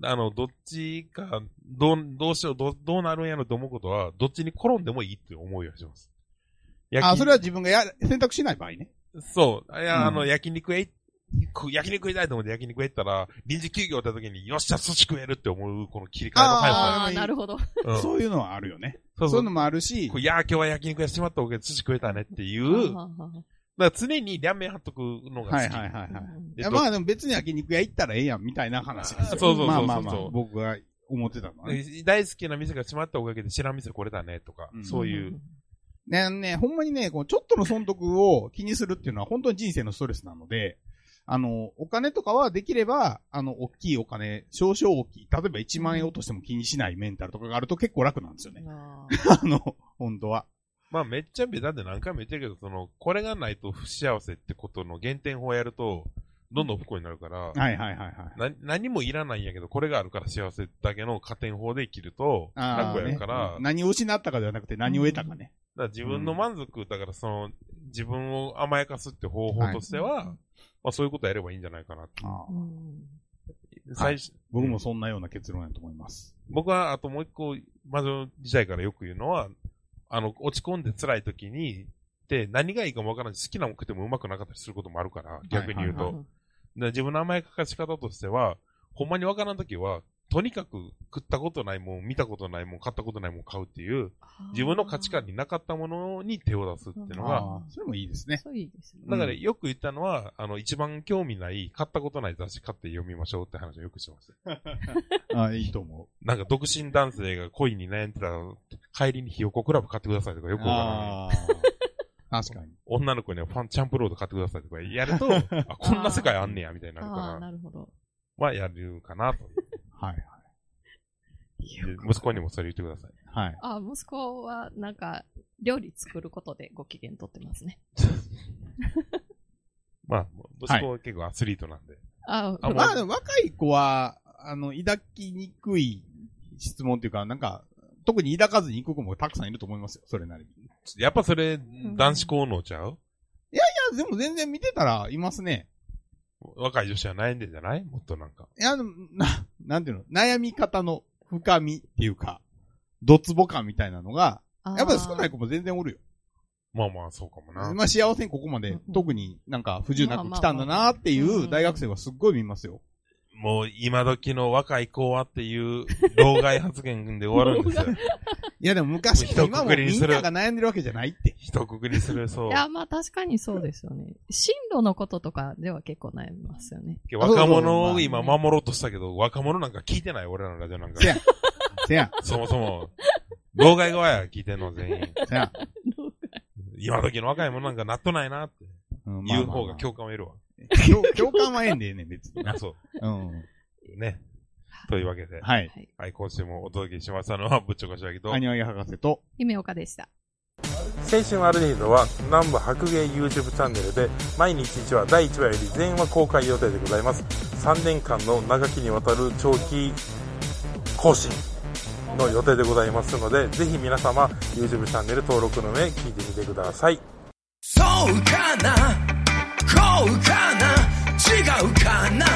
[SPEAKER 2] あの、どっちか、どう、どうしよう、どう、どうなるんやろと思うことは、どっちに転んでもいいって思いはします。
[SPEAKER 3] あ、それ
[SPEAKER 2] は
[SPEAKER 3] は自分がや、選択しない場合ね。
[SPEAKER 2] そう。あいや、
[SPEAKER 3] うん
[SPEAKER 2] あの、焼肉へ行っ、こ焼肉行きたいと思って焼肉へ行ったら、臨時休業行った時に、よっしゃ、寿司食えるって思う、この切り替えの早さ。
[SPEAKER 4] ああ、なるほ
[SPEAKER 2] う
[SPEAKER 4] ど。
[SPEAKER 2] んそう
[SPEAKER 3] そういうのはあるよね。
[SPEAKER 2] そう
[SPEAKER 3] そういうのもあるし
[SPEAKER 2] こう、いやー、今日は焼肉屋しまったおけど、寿司食えたねっていう、だか
[SPEAKER 4] ははは
[SPEAKER 2] ら常に両面貼っとくのが好き。
[SPEAKER 3] はいはいはいはい。い
[SPEAKER 2] で
[SPEAKER 3] や
[SPEAKER 2] ど
[SPEAKER 3] まあでも別に焼肉屋行ったらええやんみたいな話ですよ。
[SPEAKER 2] そうそうそうそう
[SPEAKER 3] まあまあまあ、僕が思ってたのはね。
[SPEAKER 2] で大好きな店が閉まったおかげで知らん店来れたねとか、
[SPEAKER 3] うん
[SPEAKER 2] そういう、
[SPEAKER 3] ね、ね、ほんまにね、こうちょっとの損得を気にするっていうのは本当に人生のストレスなので、あの、お金とかはできれば、あの、大きいお金、少々大きい、例えば1万円落としても気にしないメンタルとかがあると結構楽なんですよね。
[SPEAKER 4] あ
[SPEAKER 3] あの、本当は。
[SPEAKER 2] まあめっちゃベタで何回も言ってるけど、その、これがないと不幸せってことの減点法をやると、どんどん不幸になるから、
[SPEAKER 3] はいはいはいはい。
[SPEAKER 2] な何もいらないんやけど、これがあるから幸せだけの加点法で生きると、
[SPEAKER 3] あ
[SPEAKER 2] 楽
[SPEAKER 3] ー
[SPEAKER 2] やから、だ
[SPEAKER 3] ね
[SPEAKER 2] か
[SPEAKER 3] 何を失ったかではなくて何を得たかね。
[SPEAKER 2] ら自分の満足、だからその、自分を甘やかすって方法としては、まあそういうことやればいいんじゃないかなって。
[SPEAKER 3] あー
[SPEAKER 2] 最初
[SPEAKER 3] 僕もそんなような結論やと思います。
[SPEAKER 2] 僕は、あともう一個、魔女時代からよく言うのは、あの、落ち込んで辛い時に、で、何がいいかもわからないし、好きなもん食ってもうまくなかったりすることもあるから、逆に言う
[SPEAKER 3] はい
[SPEAKER 2] と。で自分の甘やかし方としては、ほんまにわからん時は、とにかく食ったことないもん、見たことないもん、買ったことないもん買うっていう、自分の価値観になかったものに手を出すっていうの
[SPEAKER 3] あ
[SPEAKER 2] が、
[SPEAKER 3] あー、それもいいですね。
[SPEAKER 4] そういいですね。
[SPEAKER 2] だからよく言ったのは、あの、一番興味ない、買ったことない雑誌買って読みましょうって話をよくします。
[SPEAKER 3] ああ、いいと思う。
[SPEAKER 2] なんか独身男性が恋に悩んでたら、帰りにひよこクラブ買ってくださいとかよくわからない。
[SPEAKER 3] ああ。確かに。
[SPEAKER 2] 女の子にはファンチャンプロード買ってくださいとかやると、 [laughs] あ、こんな世界あんねや、みたいになる
[SPEAKER 4] ああ、
[SPEAKER 2] から、
[SPEAKER 4] なるほど。
[SPEAKER 2] まあやるかなと。
[SPEAKER 3] はい
[SPEAKER 2] で息子にもそれ言ってください。
[SPEAKER 3] はい。はい。
[SPEAKER 4] あ息子はなんか料理作ることでご機嫌とってますね。
[SPEAKER 2] まあ、息子は結構アスリートなんで。
[SPEAKER 4] あ
[SPEAKER 2] あもう
[SPEAKER 3] まあ、でも若い子は、あの、抱きにくい質問っていうか、なんか、特に抱かずに行く子もたくさんいると思いますよ、それなりに。い
[SPEAKER 2] やっぱそれ、男子校能ちゃう
[SPEAKER 3] や、でも全然見てたらいますね。
[SPEAKER 2] 若い女子は悩んでんじゃないもっとなんか。
[SPEAKER 3] いや、でもな、なんていうの、悩み方の深みっていうか、ドツボ感みたいなのが、やっぱり少ない
[SPEAKER 4] こ
[SPEAKER 3] 子も全然おるよ。
[SPEAKER 2] まあまあ、そうかもな。
[SPEAKER 3] まあ幸せにここまで
[SPEAKER 4] うん
[SPEAKER 3] 特になんか不自由なく
[SPEAKER 4] まあまあ
[SPEAKER 3] 来たんだなってい
[SPEAKER 4] まあまあ
[SPEAKER 3] う大学生はすっごい見ますよ。
[SPEAKER 2] もう、今時の若い子はっていう、老害発言で終わるんです
[SPEAKER 3] [laughs]
[SPEAKER 2] よ。
[SPEAKER 3] いやでも昔も今
[SPEAKER 2] 一
[SPEAKER 3] も
[SPEAKER 2] 括りに
[SPEAKER 3] み
[SPEAKER 2] す
[SPEAKER 3] ん
[SPEAKER 2] る
[SPEAKER 3] なが悩んでるわけじゃないって。
[SPEAKER 2] 一括りする、そう
[SPEAKER 4] い。や、まあ確かにそうですよね。進路のこととかでは結構悩みますよね。
[SPEAKER 2] 若者を今守ろうとしたけど、若者なんか聞いてない、俺らのラジオなんか
[SPEAKER 3] せ。や、 [laughs] せや、
[SPEAKER 2] そもそも、老害側や、聞いてんの全員。
[SPEAKER 3] せや。
[SPEAKER 2] 今時の若い者なんかなっとないなって
[SPEAKER 3] うんまあ
[SPEAKER 2] 言う
[SPEAKER 3] まあ
[SPEAKER 2] 方
[SPEAKER 3] ま
[SPEAKER 2] が
[SPEAKER 3] あ
[SPEAKER 2] 共感を得るわ。
[SPEAKER 3] 共共感はええんでええねん、別に。
[SPEAKER 2] あ、そ
[SPEAKER 3] うん。
[SPEAKER 2] う。ね。というわけで、
[SPEAKER 4] [laughs]
[SPEAKER 3] はい。
[SPEAKER 2] はい、今週もお届けしましたのは、ぶっちょこしあぎと
[SPEAKER 3] ア。ニワギ博士と、
[SPEAKER 4] 姫岡でした。
[SPEAKER 6] 青春アルディードは南部白芸 YouTube チャンネルで毎日1話第1話より全話公開予定でございます3年間の長きにわたる長期更新の予定でございますのでぜひ皆様 YouTube チャンネル登録の上聞いてみてください
[SPEAKER 1] そうかなこうかな違うかな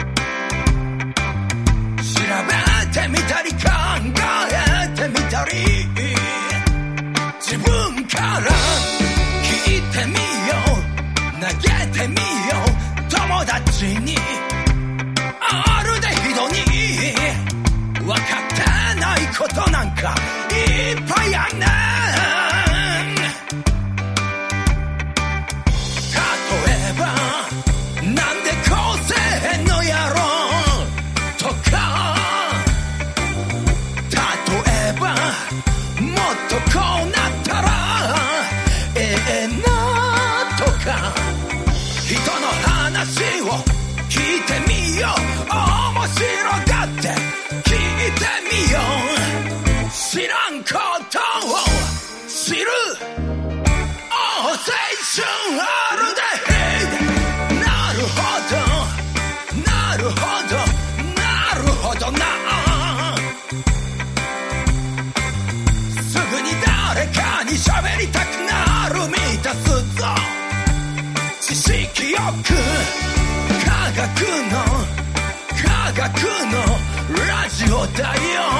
[SPEAKER 1] 調べてみたり考えてみたり自分から聞いてみよう投げてみよう友達にあるで人に分かってないことなんかいっぱいあんねん例えばなんでこうせへんのやろとか例えばもっとこうなったらえ人の話を聞いてみよう面白がって聞いてみよう知らんことを知る青青春あるでなるほどなるほどなるほどなすぐに誰かに喋りたくなる満たすぞ知識よく科学の科学のラジオだよ oh,